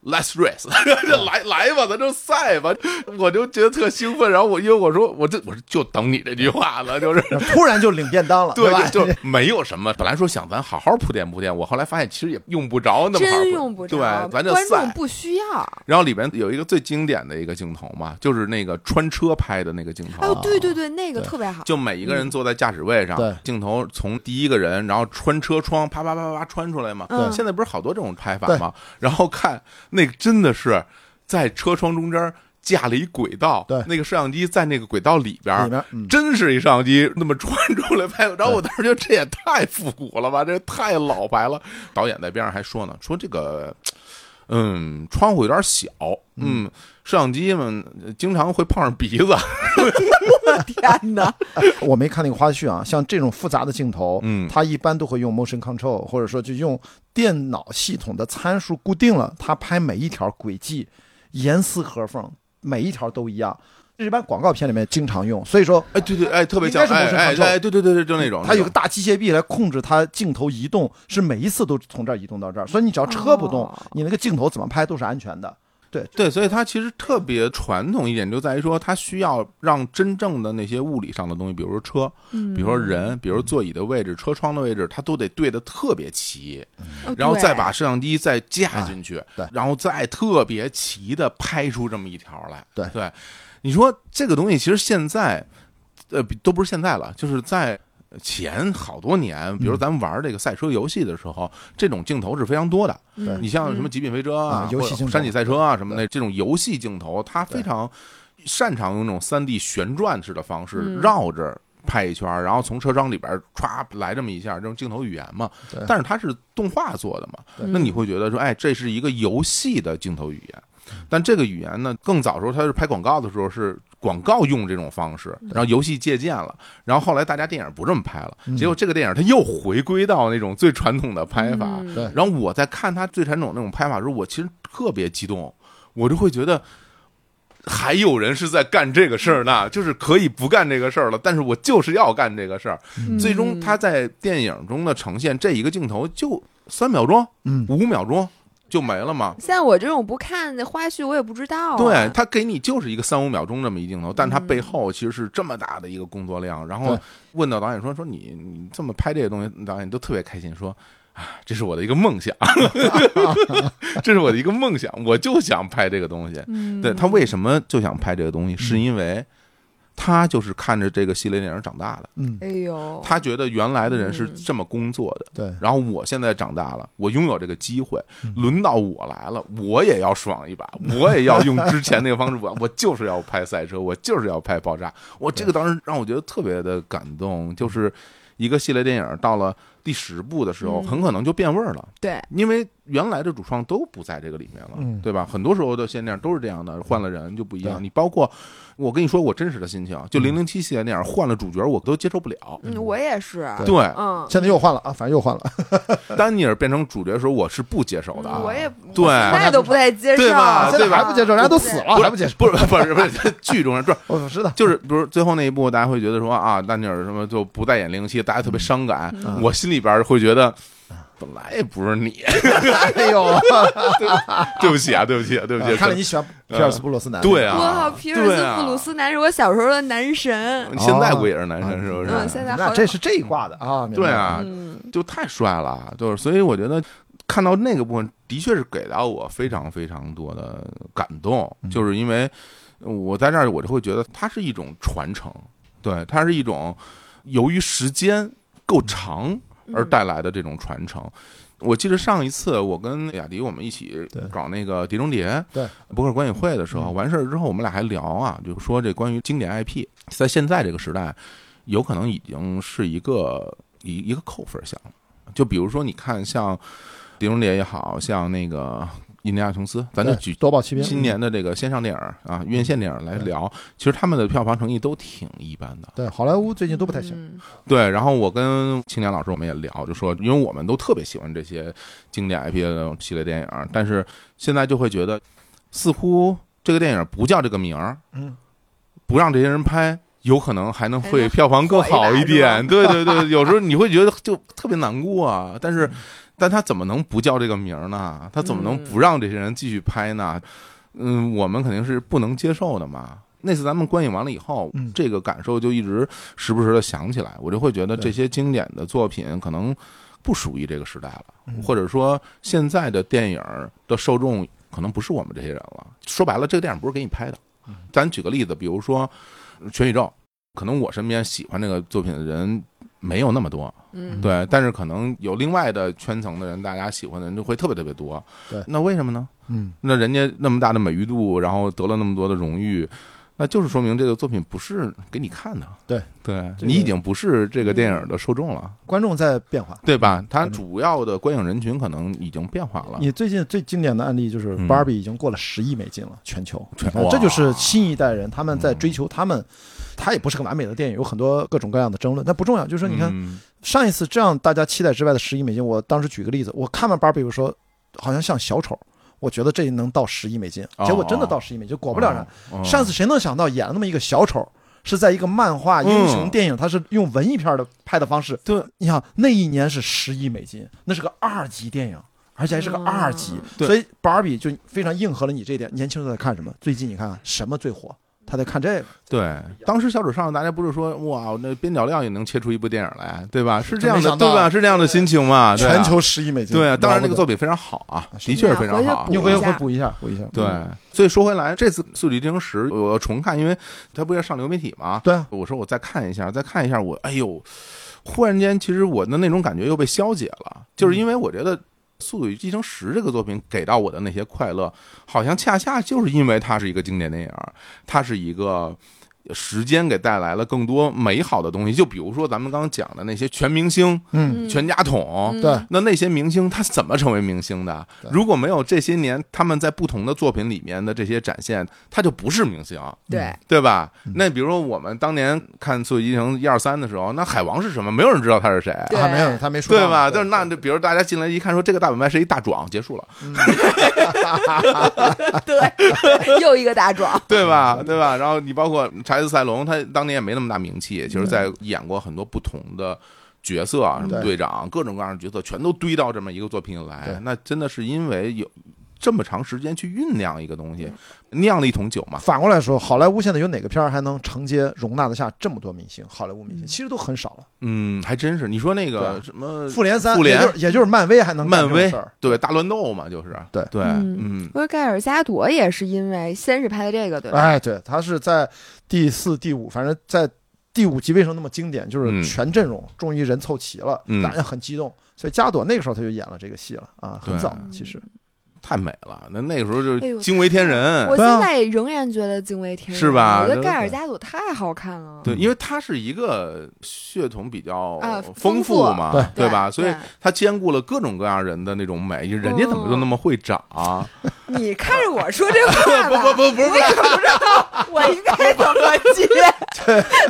Speaker 2: ，Let's race，就 来来吧，咱就赛吧，我就觉得特兴奋，然后我因为我说我这我就等你这句话了，就是
Speaker 3: 突然就领便当了，吧？
Speaker 2: 对，就就没有什么。本来说想咱好好铺垫铺垫，我后来发现其实也用不着那么好好
Speaker 1: 真
Speaker 2: 铺垫
Speaker 1: 用不着，
Speaker 2: 对，咱就啊
Speaker 1: 观众
Speaker 2: 散。
Speaker 1: 不需要。
Speaker 2: 然后里边有一个最经典的一个镜头嘛，就是那个穿车拍的那个镜头。
Speaker 1: 哎呦，对对对，那个特别好。
Speaker 2: 就每一个人坐在驾驶位上，
Speaker 3: 嗯对
Speaker 2: 镜头从第一个人，然后穿车窗，啪啪啪啪啪穿出来嘛。
Speaker 1: 对
Speaker 2: 现在不是好多这种拍法
Speaker 3: 对
Speaker 2: 吗？然后看那个真的是在车窗中间架了一轨道，
Speaker 3: 对
Speaker 2: 那个摄像机在那个轨道里边儿，
Speaker 3: 里面嗯
Speaker 2: 真是一摄像机那么穿出来拍的。然后我当时觉得这也太复古了吧，这也太老牌了。导演在边上还说呢，说这个。嗯，窗户有点小，嗯，摄像机嘛，经常会碰上鼻子，
Speaker 1: 天哪！
Speaker 3: 我没看那个花絮啊，像这种复杂的镜头，
Speaker 2: 嗯
Speaker 3: 它一般都会用 motion control，或者说就用电脑系统的参数固定了，它拍每一条轨迹严丝合缝，每一条都一样。这一般广告片里面经常用，所以说
Speaker 2: 哎，对对，哎，特别
Speaker 3: 应
Speaker 2: 像，
Speaker 3: 该是
Speaker 2: 哎
Speaker 3: 谋生
Speaker 2: 哎
Speaker 3: 长寿
Speaker 2: 哎，对对对对，就那种，
Speaker 3: 它有
Speaker 2: 那
Speaker 3: 个
Speaker 2: 种
Speaker 3: 大机械臂来控制它镜头移动，是每一次都从这儿移动到这儿，所以你只要车不动
Speaker 1: 哦，
Speaker 3: 你那个镜头怎么拍都是安全的。对，
Speaker 2: 对，所以它其实特别传统一点，就在于说它需要让真正的那些物理上的东西，比如说车，
Speaker 1: 嗯
Speaker 2: 比如说人，比如座椅的位置、车窗的位置，它都得对的特别齐，
Speaker 1: 哦
Speaker 2: 然后再把摄像机再架进去，
Speaker 3: 啊对
Speaker 2: 然后再特别齐的拍出这么一条来。
Speaker 3: 对
Speaker 2: 对，你说这个东西其实现在，呃，比都不是现在了，就是在。前好多年，
Speaker 3: 嗯
Speaker 2: 比如咱们玩这个赛车游戏的时候，这种镜头是非常多的。
Speaker 1: 嗯
Speaker 2: 你像什么《极品飞车》
Speaker 3: 啊游戏
Speaker 2: 或者
Speaker 3: 镜头
Speaker 2: 山脊赛车啊什么的，这种游戏镜头，它非常擅长用那种三 D 旋转式的方式
Speaker 1: 嗯
Speaker 2: 绕着。拍一圈儿，然后从车窗里边儿歘来这么一下，这种镜头语言嘛
Speaker 3: 对。
Speaker 2: 但是它是动画做的嘛，
Speaker 3: 对
Speaker 2: 那你会觉得说，哎，这是一个游戏的镜头语言。但这个语言呢，更早时候它是拍广告的时候是广告用这种方式，
Speaker 3: 嗯
Speaker 2: 然后游戏借鉴了，然后后来大家电影不这么拍了，
Speaker 3: 嗯
Speaker 2: 结果这个电影它又回归到那种最传统的拍法。
Speaker 1: 嗯
Speaker 3: 对
Speaker 2: 然后我在看他最传统那种拍法的时候，我其实特别激动，我就会觉得还有人是在干这个事儿呢，就是可以不干这个事儿了，但是我就是要干这个事儿。
Speaker 1: 嗯
Speaker 2: 最终他在电影中的呈现，这一个镜头就三秒钟，
Speaker 3: 嗯
Speaker 2: 五秒钟就没了嘛。
Speaker 1: 像我这种不看花絮，我也不知道、啊。
Speaker 2: 对
Speaker 3: 嗯
Speaker 2: 他给你就是一个三五秒钟这么一镜头，但他背后其实是这么大的一个工作量。然后
Speaker 3: 对
Speaker 2: 问到导演说：“说你你这么拍这些东西，导演都特别开心，说啊，这是我的一个梦想， 这是我的一个梦想，我就想拍这个东西。
Speaker 1: 嗯
Speaker 2: 对他为什么就想拍这个东西，是因为他就是看着这个系列电影长大的，
Speaker 3: 嗯，
Speaker 1: 哎呦，
Speaker 2: 他觉得原来的人是这么工作的。
Speaker 3: 对，
Speaker 2: 然后我现在长大了，我拥有这个机会，
Speaker 3: 嗯
Speaker 2: 轮到我来了，我也要爽一把，我也要用之前那个方式，我 我就是要拍赛车，我就是要拍爆炸。我这个当时让我觉得特别的感动，就是一个系列电影到了第十部的时候，
Speaker 1: 嗯
Speaker 2: 很可能就变味儿了。
Speaker 1: 对，
Speaker 2: 因为原来的主创都不在这个里面了，
Speaker 3: 嗯
Speaker 2: 对吧？很多时候的现象都是这样的，换了人就不一样。
Speaker 3: 对嗯
Speaker 2: 你包括我跟你说我真实的心情，就零零七系列电影换了主角，我都接受不了。
Speaker 1: 嗯，我也是，
Speaker 3: 对
Speaker 2: 对，
Speaker 1: 嗯，
Speaker 3: 现在又换了啊，反正又换了。
Speaker 2: 丹尼尔变成主角的时候，我是不接受的啊。
Speaker 1: 我也
Speaker 2: 对
Speaker 1: 我现在都不太接受，
Speaker 2: 对吧啊
Speaker 3: 现在还不接受，人家都死了，
Speaker 2: 不
Speaker 3: 啊还
Speaker 2: 是
Speaker 3: 不接受。哦
Speaker 2: 不是不是不是 剧中人，不是
Speaker 3: 我知道，
Speaker 2: 就是比如最后那一部，大家会觉得说啊，丹尼尔什么就不再演零零七，大家特别伤感。
Speaker 1: 嗯
Speaker 2: 我心里边会觉得。本来也不 是你，
Speaker 3: 哎呦，
Speaker 2: 对不起啊，对不起啊，对不起、啊。
Speaker 3: 看来你喜欢皮尔斯布鲁斯南。
Speaker 2: 对
Speaker 1: 我
Speaker 2: 啊，
Speaker 1: 靠，皮尔斯
Speaker 2: 对啊嗯
Speaker 1: 布鲁斯南是我小时候的男神，
Speaker 2: 现在我也是男生，是不是？
Speaker 1: 嗯，现在
Speaker 3: 那
Speaker 1: 好
Speaker 3: 这是这一挂的啊，明白
Speaker 2: 对啊，
Speaker 1: 嗯
Speaker 2: 就太帅了，就是所以我觉得看到那个部分，的确是给到我非常非常多的感动，就是因为我在这儿，我就会觉得它是一种传承，对，它是一种由于时间够长而带来的这种传承。我记得上一次我跟雅迪我们一起
Speaker 3: 对
Speaker 2: 搞那个《碟中谍》
Speaker 3: 对嗯
Speaker 2: 博客观影会的时候，完事儿之后我们俩还聊啊，就说这关于经典 IP 在现在这个时代，有可能已经是一个一一个扣分项了。就比如说，你看像《碟中谍》也好像那个《印第安琼斯》，咱就
Speaker 3: 对
Speaker 2: 举
Speaker 3: 夺宝奇兵。
Speaker 2: 今年的这个线上电影儿啊，院线电影儿来聊，其实他们的票房成绩都挺一般的。
Speaker 3: 对好莱坞最近都不太行。
Speaker 1: 嗯
Speaker 2: 对，然后我跟青年老师我们也聊，就说因为我们都特别喜欢这些经典 IP 的系列电影儿，但是现在就会觉得，似乎这个电影不叫这个名儿，
Speaker 3: 嗯，
Speaker 2: 不让这些人拍。有可能还能
Speaker 1: 还
Speaker 2: 会
Speaker 1: 能
Speaker 2: 票房更
Speaker 1: 火一把
Speaker 2: 好一
Speaker 1: 是
Speaker 2: 点，对 对对，有时候你会觉得就特别难过啊。但
Speaker 1: 嗯
Speaker 2: 是，但他怎么能不叫这个名儿呢？他怎么能
Speaker 1: 嗯
Speaker 2: 不让这些人继续拍呢？嗯，我们肯定是不能接受的嘛。那次咱们观影完了以后，
Speaker 3: 嗯
Speaker 2: 这个感受就一直时不时的想起来，我就会觉得
Speaker 3: 对
Speaker 2: 这些经典的作品可能不属于这个时代了，
Speaker 3: 嗯
Speaker 2: 或者说现在的电影的受众可能不是我们这些人了。说白了，这个电影不是给你拍的。
Speaker 3: 嗯
Speaker 2: 咱举个例子，比如说《全宇宙》，可能我身边喜欢这个作品的人没有那么多，
Speaker 1: 嗯
Speaker 2: 对，但是可能有另外的圈层的人，大家喜欢的人就会特别特别多。
Speaker 3: 对
Speaker 2: 那为什么呢？
Speaker 3: 嗯，
Speaker 2: 那人家那么大的美誉度，然后得了那么多的荣誉，那就是说明这个作品不是给你看的。
Speaker 3: 对，
Speaker 2: 对
Speaker 3: 这个嗯
Speaker 2: 你已经不是这个电影的受众了，
Speaker 3: 观众在变化。
Speaker 2: 对吧？它主要的观影人群可能已经变化了。
Speaker 3: 嗯你最近最经典的案例就是
Speaker 2: 啊嗯
Speaker 3: Barbie 已经过了十亿美金了，全球，
Speaker 2: 全
Speaker 3: 你看
Speaker 2: 哇嗯
Speaker 3: 这就是新一代人他们在追求他们，它也不是个完美的电影，有很多各种各样的争论，但不重要。就是说，你看
Speaker 2: 嗯
Speaker 3: 上一次这样大家期待之外的十亿美金，我当时举个例子，我看完 Barbie 我说好像像小丑，我觉得这能到十亿美金，
Speaker 2: 哦
Speaker 3: 结果真的到十亿美金，果不了然。
Speaker 2: 哦
Speaker 3: 上次谁能想到演了那么一个小丑，是在一个漫画英雄电影，它是用文艺片的拍的方式。
Speaker 2: 对，
Speaker 3: 你想那一年是十亿美金，那是个二级电影。而且还是个
Speaker 1: 嗯
Speaker 3: 二级，
Speaker 2: 对
Speaker 3: 所以芭比就非常应和了你这一点。年轻人在看什么？最近你看看什么最火？他在看这个，
Speaker 2: 对，当时小丑上，大家不是说哇，那边角料也能切出一部电影来，对吧？是这样
Speaker 3: 没
Speaker 2: 的，
Speaker 3: 想到
Speaker 2: 对吧？是这样的心情嘛？对啊
Speaker 3: 全球十亿美金。
Speaker 2: 对啊，当然那个
Speaker 3: 了
Speaker 2: 作品非常好啊，
Speaker 3: 是
Speaker 2: 的确是非常好啊
Speaker 1: 回去。
Speaker 3: 不得，
Speaker 1: 补
Speaker 3: 你回
Speaker 1: 一下
Speaker 3: 回补一下，补一下。
Speaker 2: 对
Speaker 3: 嗯，
Speaker 2: 所以说回来，这次《速度与激情十》我要重看，因为它不是要上流媒体嘛。
Speaker 3: 对啊，
Speaker 2: 我说我再看一下，再看一下，我哎呦，忽然间，其实我的那种感觉又被消解了，就是因为我觉得《速度与激情十》这个作品给到我的那些快乐，好像恰恰就是因为它是一个经典电影，它是一个。时间给带来了更多美好的东西，就比如说咱们刚刚讲的那些全明星、
Speaker 3: 嗯，
Speaker 1: 嗯
Speaker 2: 全家桶，
Speaker 1: 嗯
Speaker 3: 对
Speaker 2: 那那些明星他怎么成为明星的？
Speaker 3: 对
Speaker 2: 如果没有这些年他们在不同的作品里面的这些展现，他就不是明星，
Speaker 1: 对，
Speaker 2: 对吧？那比如说我们当年看《速度与激情》一二三的时候，那海王是什么？没有人知道他是谁。
Speaker 1: 对
Speaker 3: 啊他没有，他没说
Speaker 2: 对嗯吧？就是
Speaker 3: 是
Speaker 2: 那，比如大家进来一看，说这个大本麦是一大壮，结束了，嗯
Speaker 1: 对， 又一个大壮，
Speaker 2: 对吧？对吧？然后你包括查理斯·塞隆，他当年也没那么大名气，其实在演过很多不同的角色啊，什么
Speaker 3: 对
Speaker 2: 队长，各种各样的角色，全都堆到这么一个作品里来
Speaker 3: 对。
Speaker 2: 那真的是因为有这么长时间去酝酿一个东西，酿了一桶酒嘛。
Speaker 3: 反过来说，好莱坞现在有哪个片儿还能承接容纳得下这么多明星？好莱坞明星
Speaker 1: 嗯
Speaker 3: 其实都很少了。
Speaker 2: 嗯，还真是。你说那个
Speaker 3: 对
Speaker 2: 什么
Speaker 3: 复联三，
Speaker 2: 啊复联
Speaker 3: 也就是也就是漫威还能干
Speaker 2: 漫威
Speaker 3: 这种事儿，
Speaker 2: 对大乱斗嘛，就是
Speaker 3: 对
Speaker 2: 对，
Speaker 1: 嗯
Speaker 2: 嗯，
Speaker 1: 不是盖尔加朵也是因为先是拍的这个，对吧？
Speaker 3: 哎，对，他是在第四、第五，反正在第五集为什么那么经典？就
Speaker 2: 嗯
Speaker 3: 是全阵容，终于人凑齐了，
Speaker 2: 嗯
Speaker 3: 大家很激动。所以加朵那个时候他就演了这个戏了啊，很
Speaker 2: 对
Speaker 3: 早其实。
Speaker 2: 太美了。那那个时候
Speaker 1: 哎
Speaker 2: 就
Speaker 1: 呦
Speaker 2: 惊为天人。
Speaker 1: 我
Speaker 3: 对啊
Speaker 1: 现在仍然觉得敬畏天人
Speaker 2: 是吧
Speaker 1: 我觉得
Speaker 2: 对
Speaker 1: 盖尔加朵太好看了。
Speaker 2: 对，因为它是一个血统比较
Speaker 1: 啊
Speaker 2: 丰
Speaker 1: 丰
Speaker 2: 富
Speaker 1: 富
Speaker 2: 嘛，
Speaker 3: 对
Speaker 1: 对
Speaker 2: 吧？所以
Speaker 1: 对哦
Speaker 2: 它兼顾了各种各样人的那种美，人家怎么就那么会长？
Speaker 1: 你看着我说这话
Speaker 2: 不
Speaker 1: 吧，
Speaker 2: 不不不
Speaker 1: 我也不知道我应该怎么接。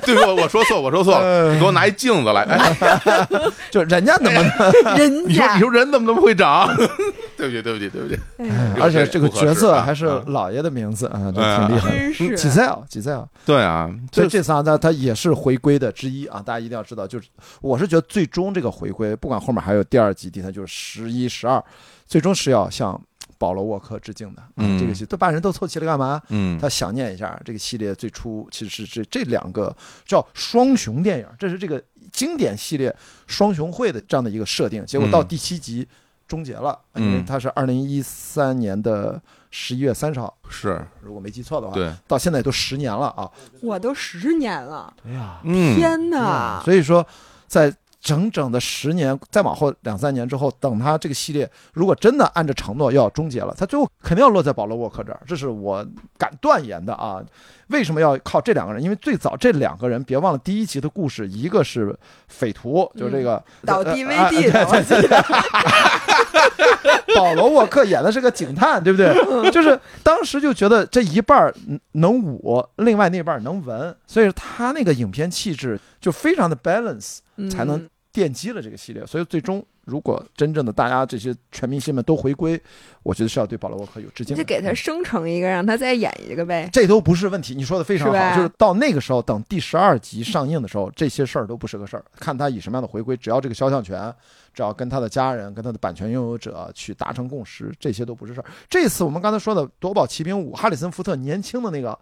Speaker 2: 不，对我我说错，我说错了，
Speaker 3: 呃
Speaker 2: 你给我拿一镜子来。哎，
Speaker 3: 就人家怎么，
Speaker 1: 人
Speaker 2: 你说
Speaker 1: 家
Speaker 2: 你说人怎么那么会长？ 对不起，对不起，对不起。
Speaker 1: 哎
Speaker 3: 而且这个角色还是
Speaker 2: 不合适啊
Speaker 3: 老爷的名字啊，这
Speaker 2: 哎
Speaker 3: 挺厉害的。
Speaker 1: 真是
Speaker 3: 吉赛尔，吉赛尔，
Speaker 2: 对啊，
Speaker 3: 所以
Speaker 2: 这
Speaker 3: 这仨呢，它也是回归的之一啊，大家一定要知道。就是我是觉得最终这个回归，不管后面还有第二集、第三，就是十一、十二，最终是要向保罗沃克致敬的。啊
Speaker 2: 嗯
Speaker 3: 这个戏都把人都凑齐了，干嘛？
Speaker 2: 嗯
Speaker 3: 他想念一下这个系列最初其实是这这两个叫双雄电影，这是这个经典系列双雄会的这样的一个设定。结果到
Speaker 2: 嗯
Speaker 3: 第七集终结了，
Speaker 2: 嗯
Speaker 3: 因为它是二零一三年的十一月三十号，
Speaker 2: 是
Speaker 3: 如果没记错的话，
Speaker 2: 对，
Speaker 3: 到现在都十年了啊！
Speaker 1: 我都十年了，
Speaker 3: 哎呀，
Speaker 2: 嗯，
Speaker 1: 天
Speaker 3: 啊，
Speaker 1: 哪！
Speaker 3: 所以说，在整整的十年，再往后两三年之后，等他这个系列如果真的按照承诺要终结了，他最后肯定要落在保罗沃克这儿，这是我敢断言的啊。为什么要靠这两个人？因为最早这两个人，别忘了第一集的故事，一个是匪徒，就是这个、
Speaker 1: 导
Speaker 3: 呃呃
Speaker 1: DVD
Speaker 2: 啊
Speaker 1: 的，我记得
Speaker 3: 保罗沃克演的是个警探，对不对？就是当时就觉得这一半儿能舞，另外那半儿能文，所以他那个影片气质就非常的 balance。
Speaker 1: 嗯
Speaker 3: 才能奠基了这个系列。所以最终，如果真正的大家这些全明星们都回归，我觉得是要对保罗沃克有致敬
Speaker 1: 你
Speaker 3: 的。
Speaker 1: 就给他生成一个，让他再演一个呗。
Speaker 3: 这都不是问题，你说的非常
Speaker 1: 是吧
Speaker 3: 好。就是到那个时候，等第十二集上映的时候，这些事儿都不是个事儿。看他以什么样的回归，只要这个肖像权，只要跟他的家人、跟他的版权拥有者去达成共识，这些都不是事儿。这次我们刚才说的《夺宝奇兵五》，哈里森福特年轻的那个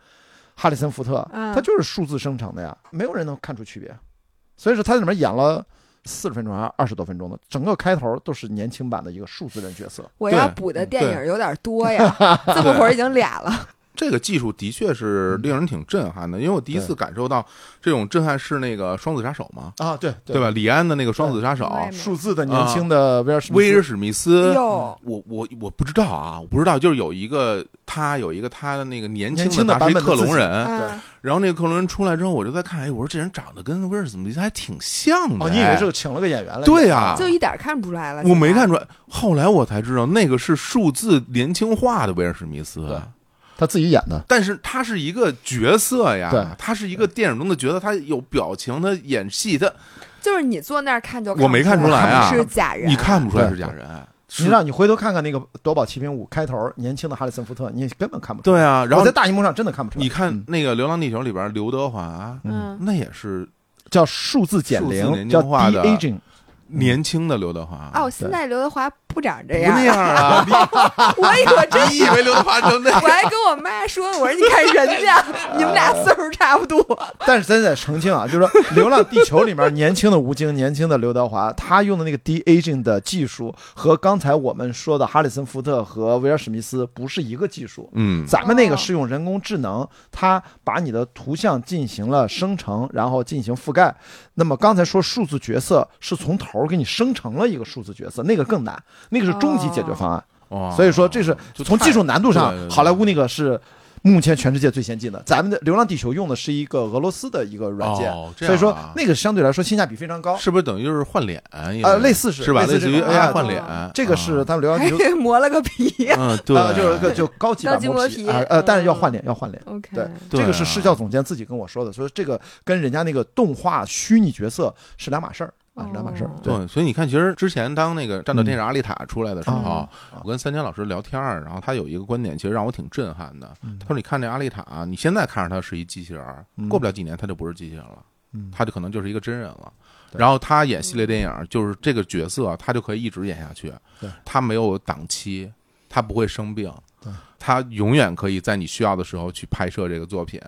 Speaker 3: 哈里森福特，
Speaker 1: 嗯
Speaker 3: 他就是数字生成的呀，没有人能看出区别。所以说他在里面演了。四十分钟还是二十多分钟的，整个开头都是年轻版的一个数字人角色。
Speaker 1: 我要
Speaker 2: 对
Speaker 1: 补的电影有点多呀，这么会儿已经俩了。
Speaker 2: 这个技术的确是令人挺震撼的，因为我第一次感受到这种震撼是那个《双子杀手》嘛，
Speaker 3: 啊，对
Speaker 2: 对？吧？李安的那个《双子杀手》，
Speaker 1: 对
Speaker 3: 数字的年轻的威尔史密斯
Speaker 2: 威尔史密斯，
Speaker 1: 哟，
Speaker 2: 我我我不知道啊，我不知道，就是有一个他有一个他的那个年轻
Speaker 3: 年轻的
Speaker 2: 的他是一
Speaker 3: 版本的
Speaker 2: 克
Speaker 3: 自
Speaker 2: 隆
Speaker 3: 己
Speaker 2: 人，
Speaker 1: 嗯，
Speaker 2: 然后那个克隆人出来之后，我就在看，哎，我说这人长得跟威尔史密斯还挺像的，
Speaker 3: 哦，你以为
Speaker 2: 哎
Speaker 3: 是请了个演员来？
Speaker 2: 对呀
Speaker 1: 就一点儿看不出来了。
Speaker 2: 啊我没
Speaker 1: 现在
Speaker 2: 看出来，后来我才知道那个是数字年轻化的威尔史密
Speaker 3: 对
Speaker 2: 斯，
Speaker 3: 他自己演的。
Speaker 2: 但是他是一个角色
Speaker 3: 对
Speaker 2: 呀，他是一个电影中的角色，他有表情，他演戏，他
Speaker 1: 就是你坐那儿看就
Speaker 2: 我没看
Speaker 1: 出
Speaker 2: 出来啊
Speaker 1: 是假人，
Speaker 2: 你看不出来
Speaker 3: 对
Speaker 2: 是假人，
Speaker 3: 你
Speaker 2: 是
Speaker 3: 让你回头看看那个《夺宝奇兵五》开头年轻的哈里森福特，你根本看不出来。
Speaker 2: 对啊，然
Speaker 3: 我
Speaker 2: 后
Speaker 3: 在大荧幕上真的看不出来。
Speaker 2: 你看
Speaker 3: 嗯
Speaker 2: 那个《流浪地球》里边刘德华，啊
Speaker 1: 嗯，
Speaker 2: 那也是
Speaker 3: 叫数字减
Speaker 2: 数字
Speaker 3: 龄，
Speaker 2: 年
Speaker 3: 叫
Speaker 2: 轻化
Speaker 3: de
Speaker 2: 的
Speaker 3: aging，
Speaker 2: 年轻的刘德华，
Speaker 1: 哦，
Speaker 2: 不
Speaker 1: 现在刘德华不长这样
Speaker 2: 那，哎样啊，
Speaker 1: 我以 为真
Speaker 2: 你你以为刘德华成那
Speaker 1: 我还跟我妈说，我说你看人 家，你们俩岁数差不多，
Speaker 3: 但是咱得澄清啊，就是说《流浪地球》里面年轻的吴京、年轻的刘德华，他用的那个 de aging 的技术和刚才我们说的哈里森福特和威尔史密斯不是一个技术。
Speaker 2: 嗯，
Speaker 3: 咱们那个
Speaker 1: 哦
Speaker 3: 是用人工智能，它把你的图像进行了生成，然后进行覆盖。那么刚才说数字角色是从头儿给你生成了一个数字角色，那个更难，那个是终极解决方案。
Speaker 2: 哇
Speaker 3: 所以说这是
Speaker 2: 啊就
Speaker 3: 从
Speaker 2: 太
Speaker 3: 技术难度上
Speaker 2: 对对，对
Speaker 3: 好莱坞那个是。目前全世界最先进的，咱们的《流浪地球》用的是一个俄罗斯的一个软件，
Speaker 2: 哦这
Speaker 3: 所以说
Speaker 2: 样啊
Speaker 3: 那个相对来说性价比非常高。
Speaker 2: 是不是等于就是换脸？
Speaker 3: 呃类似是
Speaker 2: 是吧？
Speaker 3: 类似
Speaker 2: 类
Speaker 3: 这
Speaker 2: 似于哎
Speaker 3: 种
Speaker 2: AI
Speaker 3: 啊
Speaker 2: 换脸，
Speaker 3: 这个 是他们《流浪地球》
Speaker 1: 磨了个皮
Speaker 2: 啊嗯，对
Speaker 3: 呃，，就是个就高级版
Speaker 1: 高级
Speaker 3: 磨
Speaker 1: 磨
Speaker 3: 皮
Speaker 1: 皮
Speaker 3: 啊，呃，但是要
Speaker 1: 嗯
Speaker 3: 换脸，要换脸。
Speaker 1: OK，
Speaker 3: 对
Speaker 2: 对
Speaker 3: 这个是
Speaker 2: 啊
Speaker 3: 视教总监自己跟我说的，所以这个跟人家那个动画虚拟角色是两码事儿啊，是两码事儿
Speaker 1: 哦。
Speaker 3: 对，
Speaker 2: 对，所以你看，其实之前当那个《战斗天使阿丽塔》出来的时
Speaker 3: 嗯
Speaker 2: 候
Speaker 1: 啊，
Speaker 2: 我跟三千老师聊天儿，然后他有一个观点，其实让我挺震撼的。
Speaker 3: 嗯
Speaker 2: 他说：“你看这阿丽塔，你现在看着她是一机器人儿
Speaker 3: 嗯，
Speaker 2: 过不了几年她就不是机器人了，
Speaker 3: 嗯
Speaker 2: 她就可能就是一个真人了。”
Speaker 3: 对
Speaker 2: 然后他演系列电影，就是这个角色，他就可以一直演下去
Speaker 3: 对。
Speaker 2: 他没有档期，他不会生病
Speaker 3: 对，
Speaker 2: 他永远可以在你需要的时候去拍摄这个作品。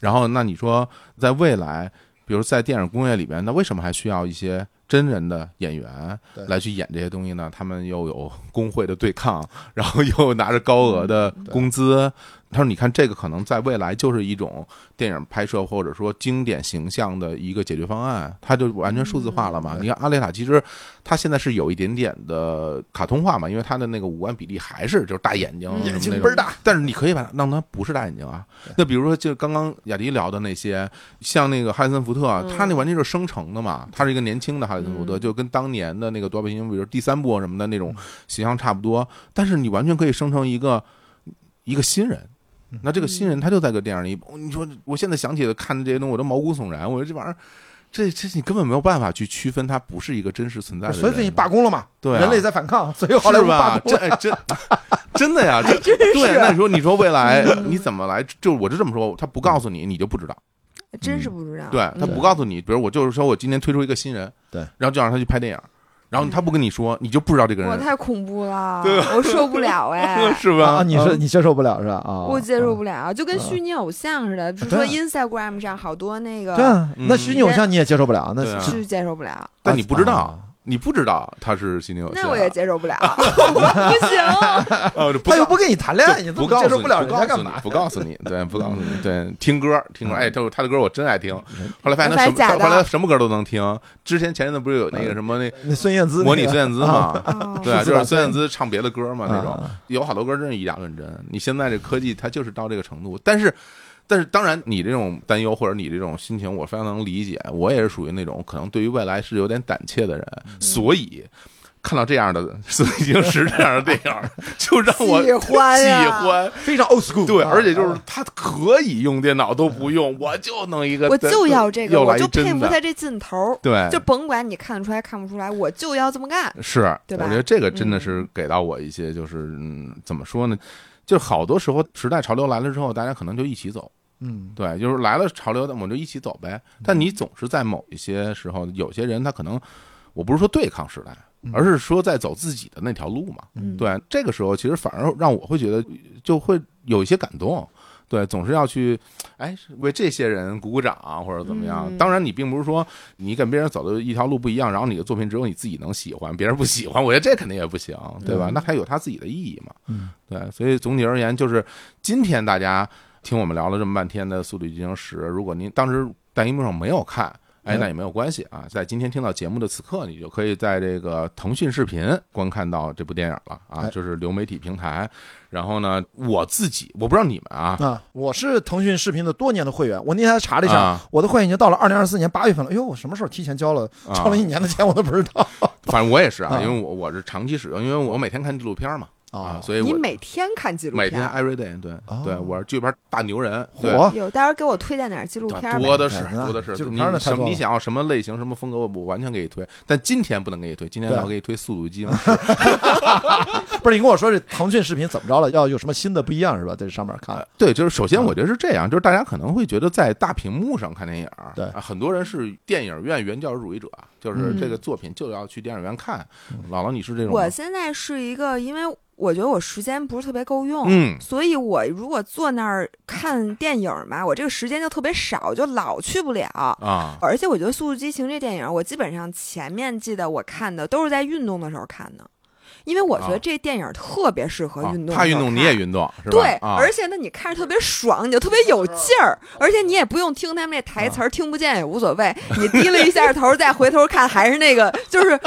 Speaker 2: 然后，那你说在未来，比如在电影工业里边，那为什么还需要一些真人的演员
Speaker 3: 对
Speaker 2: 来去演这些东西呢？他们又有工会的对抗，然后又拿着高额的
Speaker 3: 嗯
Speaker 2: 工资。他说：“你看，这个可能在未来就是一种电影拍摄或者说经典形象的一个解决方案，它就完全数字化了嘛。
Speaker 3: 嗯
Speaker 2: 你看阿雷塔，其实它现在是有一点点的卡通化嘛，因为它的那个五官比例还是就是大眼睛
Speaker 1: 嗯，
Speaker 2: 什么
Speaker 3: 眼睛
Speaker 2: 那种
Speaker 3: 倍儿大，
Speaker 2: 但是你可以把它让它不是大眼睛啊。那比如说，就刚刚雅迪聊的那些，像那个哈里森福特，啊他那完全就是生成的
Speaker 3: 嗯
Speaker 2: 嘛，他是一个年轻的哈里森福特，
Speaker 1: 嗯
Speaker 2: 就跟当年的那个夺宝奇兵，比如第三部什么的那种
Speaker 3: 嗯
Speaker 2: 形象差不多。但是你完全可以生成一个一个新人。
Speaker 3: 嗯
Speaker 2: 那这个新人他就在个电影里，你说我现在想起来看这些东西，我都毛骨悚然。我说这玩意儿，这这你根本没有办法去区分，它不是一个真实存在的人。
Speaker 3: 所以最近罢工了嘛，
Speaker 2: 对啊
Speaker 3: 人类在反抗， 所以后来
Speaker 2: 是
Speaker 3: 我们罢
Speaker 2: 吧？
Speaker 3: 工
Speaker 2: 这
Speaker 3: 了。
Speaker 2: 哎真真的 呀，这
Speaker 1: 真是
Speaker 2: 对。那你说你说未来
Speaker 3: 嗯
Speaker 2: 你怎么来？就我就这么说，他不告诉你，你就不知道。
Speaker 1: 真是不知道。
Speaker 2: 对他
Speaker 1: 嗯
Speaker 2: 不告诉你，比如我就是说我今天推出一个新人，
Speaker 3: 对，
Speaker 2: 然后就让他去拍电影，然后他不跟你说，你就不知道这个
Speaker 1: 我
Speaker 2: 人
Speaker 1: 太恐怖了，我受不了 哎。
Speaker 2: 是
Speaker 3: 啊，
Speaker 2: 吧？嗯
Speaker 3: 你是你接受不了是吧？啊，
Speaker 1: 我接受
Speaker 3: 啊。
Speaker 1: 不了，就跟虚拟偶像似的，比如说
Speaker 3: 对啊
Speaker 1: Instagram 上好多那
Speaker 3: 对
Speaker 1: 个，
Speaker 3: 啊，那虚拟偶像你也接受不了，那
Speaker 2: 嗯对啊
Speaker 3: 是
Speaker 1: 是接受不了，
Speaker 2: 但你不知道
Speaker 3: 啊，
Speaker 2: 你不知道他是心理有
Speaker 1: 那我也接受 不了，我不行，
Speaker 2: 哦，这不
Speaker 3: 他又不跟你谈恋爱，
Speaker 2: 对
Speaker 3: 你怎
Speaker 2: 不
Speaker 3: 么
Speaker 2: 告诉
Speaker 3: 接
Speaker 2: 你
Speaker 3: 受了人家
Speaker 2: 告
Speaker 3: 干
Speaker 2: 诉你
Speaker 3: 嘛？嗯
Speaker 2: 不告诉你，对，不告诉 你，对，听歌，听歌，哎，这他的歌我真爱听。后来发现他
Speaker 1: 我发现
Speaker 2: 什么，
Speaker 1: 假的
Speaker 2: 后来什么歌都能听。之前前阵子不是有
Speaker 3: 嗯
Speaker 2: 那个什么那
Speaker 3: 那孙燕姿那个
Speaker 2: 模拟孙燕姿 嘛？
Speaker 1: 哦
Speaker 2: 对啊，
Speaker 3: 数字
Speaker 2: 就
Speaker 3: 版
Speaker 2: 是孙燕姿唱别的歌嘛，那种
Speaker 3: 啊
Speaker 2: 有好多歌真是以假乱真。你现在这科技它就是到这个程度，但是。但是当然，你这种担忧或者你这种心情，我非常能理解。我也是属于那种可能对于未来是有点胆怯的人，
Speaker 1: 嗯
Speaker 2: 所以看到这样的《所以已石》这样的电影，就让我
Speaker 1: 喜欢
Speaker 2: 喜
Speaker 1: 呀
Speaker 2: 欢。
Speaker 3: 非常 old school，
Speaker 2: 对，
Speaker 3: 啊
Speaker 2: 而且就
Speaker 3: 啊
Speaker 2: 是他可以用电脑都不用，我就弄一 个，
Speaker 1: 我就要这个，
Speaker 2: 又来
Speaker 1: 我
Speaker 2: 一
Speaker 1: 就佩
Speaker 2: 真
Speaker 1: 服
Speaker 2: 的，哎
Speaker 1: 他这劲头儿，
Speaker 2: 对，
Speaker 1: 就甭管你看得出来看不出来，我就要这么干。
Speaker 2: 是，
Speaker 1: 对吧嗯
Speaker 2: 我觉得这个真的是给到我一些，就是嗯，怎么说呢？就是好多时候时代潮流来了之后，大家可能就一起走，
Speaker 3: 嗯，
Speaker 2: 对，就是来了潮流，那我们就一起走呗。但你总是在某一些时候，有些人他可能，我不是说对抗时代，而是说在走自己的那条路嘛。
Speaker 1: 嗯，
Speaker 2: 对，这个时候其实反而让我会觉得就会有一些感动。对，总是要去，哎，为这些人鼓鼓掌或者怎么样。当然，你并不是说你跟别人走的一条路不一样，然后你的作品只有你自己能喜欢，别人不喜欢，我觉得这肯定也不行，对吧？那它有它自己的意义嘛。
Speaker 3: 嗯，
Speaker 2: 对，所以总体而言，就是今天大家听我们聊了这么半天的《速度与激情十》，如果您当时在荧幕上没有看。
Speaker 3: 嗯
Speaker 2: 哎，那也没有关系啊，在今天听到节目的此刻，你就可以在这个腾讯视频观看到这部电影了啊，
Speaker 3: 哎
Speaker 2: 就是流媒体平台。然后呢，我自己我不知道你们啊，
Speaker 3: 啊，我是腾讯视频的多年的会员，我那天还查了一下，
Speaker 2: 啊
Speaker 3: 我的会员已经到了二零二四年八月份了。哎呦，我什么时候提前交了？
Speaker 2: 啊
Speaker 3: 交了一年的钱我都不知道。
Speaker 2: 反正我也是啊，
Speaker 3: 啊
Speaker 2: 因为我我是长期使用，因为我每天看纪录片嘛啊，所以
Speaker 1: 你
Speaker 2: 我
Speaker 1: 每天看纪录
Speaker 2: 每天
Speaker 1: 片？啊
Speaker 2: every day 对
Speaker 3: 哦
Speaker 2: 对，我是纪录片大牛人，对
Speaker 3: 火
Speaker 1: 有，待会儿给我推荐点儿纪录
Speaker 2: 对
Speaker 1: 片儿呗。
Speaker 2: 多的是
Speaker 3: 呗
Speaker 2: 多的是
Speaker 3: 啊纪，录
Speaker 2: 你
Speaker 3: 片儿呢太
Speaker 2: 什
Speaker 3: 多
Speaker 2: 么
Speaker 3: 了
Speaker 2: 你想要什么类型什么风格，我我完全给你推，但今天不能给你推，今天
Speaker 3: 对
Speaker 2: 要给你推《速度与激情》
Speaker 3: 不是你跟我说这腾讯视频怎么着了？要有什么新的不一样是吧？在这上面看
Speaker 2: 呃，对，就是首
Speaker 3: 嗯
Speaker 2: 先我觉得是这样，就是大家可能会觉得在大屏幕上看电影儿，
Speaker 3: 对
Speaker 2: 啊很多人是电影院原教旨主义者，就是
Speaker 1: 嗯
Speaker 2: 这个作品就要去电影院看。
Speaker 3: 嗯
Speaker 2: 姥姥，你是这种吗？
Speaker 1: 我现在是一个，因为我觉得我时间不是特别够用，
Speaker 2: 嗯
Speaker 1: 所以我如果坐那儿看电影儿嘛，我这个时间就特别少，就老去不了。
Speaker 2: 啊，
Speaker 1: 而且我觉得《速度与激情》这电影儿，我基本上前面记得我看的都是在运动的时候看的，因为我觉
Speaker 2: 啊
Speaker 1: 得这电影儿特别适合运动、
Speaker 2: 啊他运动你也。运动，是吧？
Speaker 1: 对，
Speaker 2: 啊、
Speaker 1: 而且呢，你看着特别爽，你就特别有劲儿，而且你也不用听他们那台
Speaker 2: 啊
Speaker 1: 词儿，听不见也无所谓。你低了一下头，再回头看，还是那个， 就是。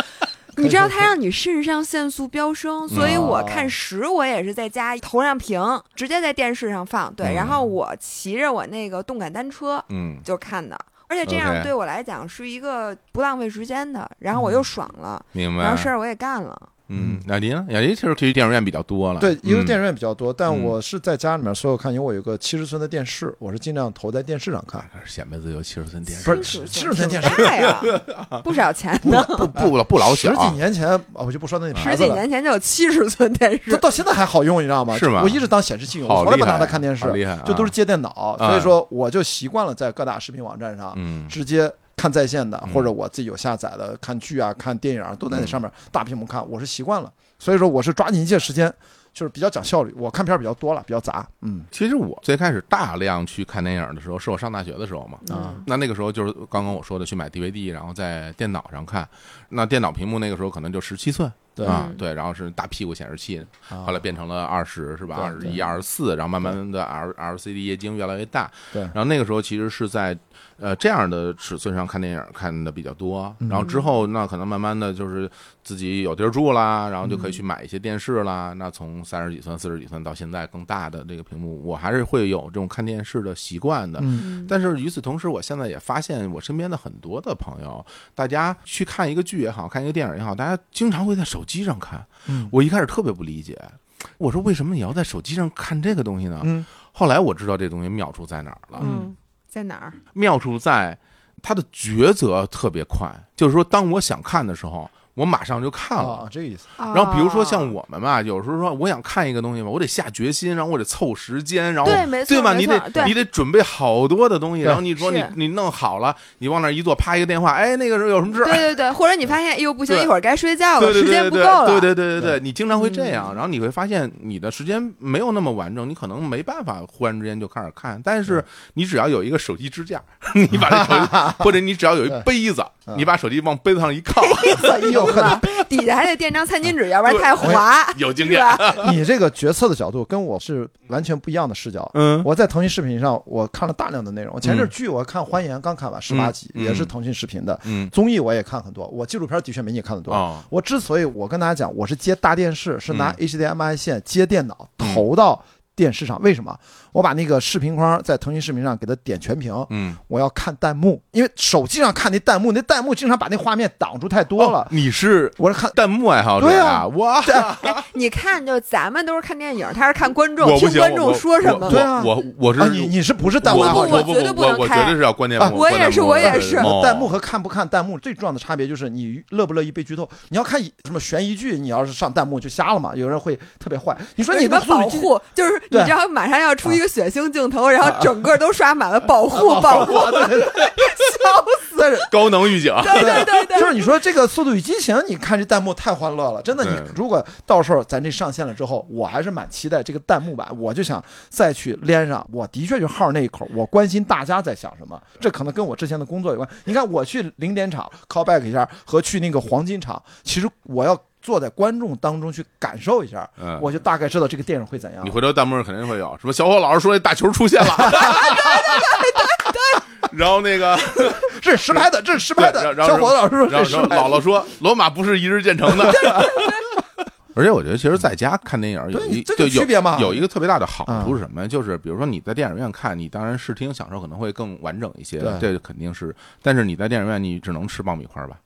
Speaker 1: 你知道它让你肾上腺素飙升，所以我
Speaker 2: 嗯
Speaker 1: 看十我也是在家投上屏，直接在电视上放。对，
Speaker 2: 嗯
Speaker 1: 然后我骑着我那个动感单车
Speaker 2: 嗯，
Speaker 1: 就看的，而且这样
Speaker 2: OK 嗯
Speaker 1: 对我来讲是一个不浪费时间的，然后我又爽了，
Speaker 2: 明
Speaker 1: 然后
Speaker 2: 白。
Speaker 1: 事儿我也干了。
Speaker 2: 嗯，雅迪呢？雅迪其实去电影院比较多了。
Speaker 3: 对，一个是
Speaker 2: 嗯
Speaker 3: 电影院比较多，但我是在家里面所有看，因为我有个七十寸的电视，我是尽量投在电视上看。
Speaker 2: 显摆自由七十寸电视，
Speaker 3: 不是
Speaker 1: 70
Speaker 3: 70寸电视
Speaker 1: 挺大呀，
Speaker 2: 啊
Speaker 1: 不少 钱呢。
Speaker 2: 不不不老小
Speaker 3: 十几年前啊，我就不说那牌
Speaker 1: 十
Speaker 3: 子
Speaker 1: 几
Speaker 3: 了。
Speaker 1: 年前就有七十寸电
Speaker 3: 它
Speaker 1: 视，
Speaker 3: 到现在还好用，你知道吗？
Speaker 2: 是吗
Speaker 3: 我一直当显示器用，
Speaker 2: 好
Speaker 3: 我从来不
Speaker 2: 厉害
Speaker 3: 拿它看电视
Speaker 2: 好厉害啊，啊
Speaker 3: 就都是接电脑。所以说，我就习惯了在各大视频网站上
Speaker 2: 嗯
Speaker 3: 直接看在线的，或者我自己有下载的，看剧啊、看电影啊，都
Speaker 2: 嗯
Speaker 3: 在那上面大屏幕看，我是习惯了。所以说，我是抓紧一切时间，就是比较讲效率。我看片儿比较多了，比较杂。嗯，
Speaker 2: 其实我最开始大量去看电影的时候，是我上大学的时候嘛。
Speaker 3: 啊
Speaker 2: 那那个时候就是刚刚我说的去买 DVD，然后在电脑上看。那电脑屏幕那个时候可能就十七寸
Speaker 3: 对
Speaker 2: 啊
Speaker 1: 嗯，
Speaker 2: 对，然后是大屁股显示器，
Speaker 3: 后
Speaker 2: 后来变成了二十是吧？二十
Speaker 3: 对
Speaker 2: 一、
Speaker 3: 对
Speaker 2: 二十四，然后慢慢的 L LCD 液晶越来越大。
Speaker 3: 对
Speaker 2: 然后那个时候其实是在呃这样的尺寸上看电影看的比较多，
Speaker 3: 嗯
Speaker 2: 然后之后那可能慢慢的就是自己有地儿住啦，然后就可以
Speaker 3: 嗯
Speaker 2: 去买一些电视啦。那从三十几寸、四十几寸到现在更大的这个屏幕，我还是会有这种看电视的习惯的。
Speaker 3: 嗯
Speaker 1: 嗯
Speaker 2: 但是与此同时，我现在也发现，我身边的很多的朋友，大家去看一个剧也好看一个电影也好，大家经常会在手机上看。
Speaker 3: 嗯
Speaker 2: 我一开始特别不理解，我说为什么你要在手机上看这个东西呢？
Speaker 3: 嗯
Speaker 2: 后来我知道这东西妙处在哪儿了，
Speaker 1: 嗯，在哪儿？
Speaker 2: 妙处在它的抉择特别快，就是说，当我想看的时候，我马上就看了。
Speaker 3: 啊，这个意思。
Speaker 1: 然
Speaker 2: 然后比如说像我们吧，有时候说我想看一个东西吧，我得下决心，然后我得凑时间，然后
Speaker 1: 对没错
Speaker 2: 对吧？
Speaker 1: 没
Speaker 2: 你
Speaker 1: 错
Speaker 2: 得
Speaker 1: 对
Speaker 2: 你得准备好多的东西，
Speaker 3: 对
Speaker 2: 然后你说你
Speaker 1: 是
Speaker 2: 你弄好了，你往那儿一坐，啪一个电话，哎，那个时候有什么事儿？
Speaker 1: 对对对，或者你发现，哎呦不行，
Speaker 2: 对
Speaker 1: 一会儿该睡觉了，
Speaker 2: 对对
Speaker 1: 时间
Speaker 2: 对对
Speaker 1: 不够了，嗯
Speaker 2: 对对对对对，你经常会这样，然后你会发现你的时间没有那么完整，你可能没办法忽然之间就开始看，但是你只要有一个手机支架， 你把这手机，或者你只要有一杯子，
Speaker 3: 嗯
Speaker 2: 你把手机往杯子上一靠，
Speaker 1: 哎呦呵，底下还得垫张餐巾纸，要不然
Speaker 2: 对
Speaker 1: 太滑，
Speaker 2: 有经
Speaker 1: 是
Speaker 2: 验，
Speaker 1: 吧？
Speaker 3: 你这个决策的角度跟我是完全不一样的视角。
Speaker 2: 嗯
Speaker 3: 我在腾讯视频上我看了大量的内容。前阵儿剧我看《欢颜》，刚看完十八集，
Speaker 2: 嗯
Speaker 3: 也是腾讯视频的。
Speaker 2: 嗯
Speaker 3: 综艺我也看很多，我纪录片的确没你看的多。
Speaker 2: 哦
Speaker 3: 我之所以我跟大家讲，我是接大电视，是拿
Speaker 2: 嗯
Speaker 3: HDMI 线接电脑投到电视上。为什么？我把那个视频框在腾讯视频上给它点全屏，
Speaker 2: 嗯，
Speaker 3: 我要看弹幕，因为手机上看那弹幕，那弹幕经常把那画面挡住太多了
Speaker 2: 哦。你是
Speaker 3: 我是看
Speaker 2: 弹幕爱好者
Speaker 3: 对
Speaker 2: 呀，
Speaker 3: 啊
Speaker 2: 哇！
Speaker 1: 哎，你看，就咱们都是看电影，他是看观众，
Speaker 2: 我不
Speaker 1: 啊听
Speaker 2: 行，
Speaker 1: 观
Speaker 2: 我
Speaker 1: 众说什么
Speaker 2: 我。
Speaker 3: 对啊
Speaker 2: 我我是
Speaker 3: 啊，你你是不是弹幕
Speaker 2: 我
Speaker 3: 爱好
Speaker 1: 不
Speaker 3: 者？
Speaker 2: 我
Speaker 1: 我绝对不
Speaker 2: 我
Speaker 1: 能
Speaker 2: 我
Speaker 1: 开
Speaker 2: 绝对是要关键
Speaker 3: 啊
Speaker 2: 幕，
Speaker 1: 我也
Speaker 2: 关键
Speaker 1: 是
Speaker 2: 幕
Speaker 1: 我也
Speaker 2: 对
Speaker 1: 是
Speaker 2: 哦
Speaker 3: 弹幕和看不看弹幕最重要的差别就是你乐不乐意被剧透。你要看什么悬疑剧，你要是上弹幕就瞎了嘛。有人会特别坏，你说
Speaker 1: 有
Speaker 3: 你
Speaker 1: 什么
Speaker 3: 的速
Speaker 1: 保
Speaker 3: 度与激
Speaker 1: 护？就是你
Speaker 3: 对
Speaker 1: 知道马上要出一个血腥镜头，然
Speaker 2: 啊
Speaker 1: 后整个都刷满了保护，保护，
Speaker 3: 对 对对，
Speaker 1: 笑死！
Speaker 3: 但是
Speaker 2: 高 能预警，
Speaker 1: 对对对对，
Speaker 3: 就是你说这个《速度与激情》，你看这弹幕太欢乐了，真的。
Speaker 2: 对
Speaker 3: 你如果到时候咱这上线了之后，我还是蛮期待这个弹幕版，我就想再去连上。我的确就号那一口，我关心大家在想什么，这可能跟我之前的工作有关。你看，我去零点场 call back 一下，和去那个黄金场，其实我要坐在观众当中去感受一下，
Speaker 2: 嗯
Speaker 3: 我就大概知道这个电影会怎样
Speaker 2: 你。回头弹幕上肯定会有什么小伙老师说那大球出现 了，对对对对对，然后那个
Speaker 3: 这是实拍的，这是实
Speaker 2: 对
Speaker 3: 拍，
Speaker 2: 然后
Speaker 3: 的。
Speaker 2: 然
Speaker 3: 小
Speaker 2: 后
Speaker 3: 伙子老师说
Speaker 2: 然
Speaker 3: 这
Speaker 2: 后
Speaker 3: 是实
Speaker 2: 然后
Speaker 3: 拍的
Speaker 2: 姥姥说罗马不是一日建 成的。而且我觉得，其实在家看电影有
Speaker 3: 对
Speaker 2: 一
Speaker 3: 这
Speaker 2: 就
Speaker 3: 就
Speaker 2: 有
Speaker 3: 区别嘛嗯
Speaker 2: 有一个特别大的好处是什么呀？就是比如说你在电影院看，你当然视听享受可能会更完整一些，
Speaker 3: 对
Speaker 2: 这肯定是。但是你在电影院，你只能吃爆米花吧，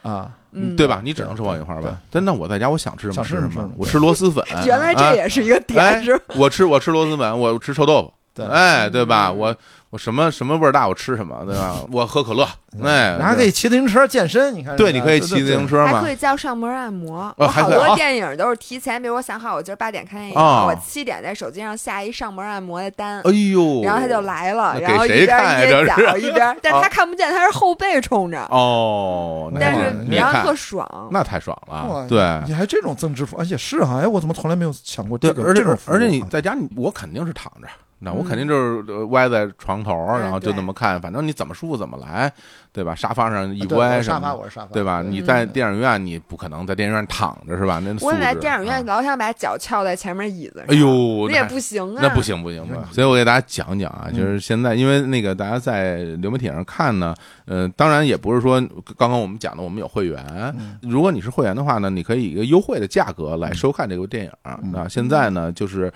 Speaker 3: 啊，
Speaker 1: 嗯。
Speaker 2: 对吧？你只能吃爆米花
Speaker 3: 对对
Speaker 2: 吧。但那我在家，我想吃什么
Speaker 3: 想吃
Speaker 2: 什
Speaker 3: 什么
Speaker 2: 么
Speaker 3: 吃，
Speaker 2: 我吃螺蛳粉
Speaker 1: 原来这
Speaker 2: 啊
Speaker 1: 也是一个
Speaker 2: 哎
Speaker 1: 点，是吧？
Speaker 2: 我吃我吃螺蛳粉，我吃臭豆腐。
Speaker 3: 对
Speaker 2: 哎，对吧？我我什么什么味儿大，我吃什么，对吧？我喝可乐，哎，
Speaker 3: 然后还可以骑自行车健身，你看
Speaker 2: 对，
Speaker 3: 人家
Speaker 2: 你可以骑自行。车
Speaker 1: 还
Speaker 2: 嘛
Speaker 1: 可，以叫上门按摩。
Speaker 2: 呃
Speaker 1: 我
Speaker 2: 还
Speaker 1: 好
Speaker 2: 可以啊
Speaker 1: 多电影都是提前，比如我想好我今儿八点看电影，
Speaker 2: 哦
Speaker 1: 我七点在手机上下一上门按摩的 单。
Speaker 2: 哎呦，
Speaker 1: 然后他就来了，
Speaker 2: 那给
Speaker 1: 然后
Speaker 2: 谁
Speaker 1: 一边
Speaker 2: 看呀
Speaker 1: 捏
Speaker 2: 这
Speaker 1: 脚
Speaker 2: 是
Speaker 1: 一 边，但是他看不见，他是后背冲着，
Speaker 2: 哦，那
Speaker 1: 但
Speaker 2: 这
Speaker 1: 是
Speaker 2: 样你也
Speaker 1: 然后
Speaker 2: 看
Speaker 1: 特，爽。
Speaker 2: 那太爽了
Speaker 3: 哇，
Speaker 2: 对。
Speaker 3: 你还这种增值服，而且是哈、哎，我怎么从来没有想过
Speaker 2: 啊对
Speaker 3: 这，
Speaker 2: 而
Speaker 3: 个？
Speaker 2: 且
Speaker 3: 这种服务
Speaker 2: 而且你
Speaker 3: 啊
Speaker 2: 在家，你我肯定是躺着，那我肯定就是呃歪在床头，
Speaker 1: 嗯
Speaker 2: 然后就
Speaker 1: 对
Speaker 2: 那么看，反正你怎么舒服怎么来，对吧？沙发上一
Speaker 3: 啊对我
Speaker 2: 歪
Speaker 3: 是
Speaker 2: 什
Speaker 3: 沙
Speaker 2: 么
Speaker 3: 发，
Speaker 2: 的，
Speaker 3: 我是沙发，
Speaker 2: 对吧？你在电影院，你不可能在电影院躺着是吧？那素
Speaker 1: 我本来
Speaker 2: 质
Speaker 1: 电影院
Speaker 2: 啊
Speaker 1: 老想把脚翘在前面椅子上，
Speaker 2: 哎呦，
Speaker 1: 那也
Speaker 2: 那
Speaker 1: 不行啊，
Speaker 2: 那不行不行不行，所以我给大家讲讲啊，就是现在因为那个大家在流媒体上看呢，呃，当然也不是说刚刚我们讲的我们有会员，
Speaker 3: 嗯
Speaker 2: 如果你是会员的话呢，你可以以一个优惠的价格来收看这部电影。啊那现在呢，就是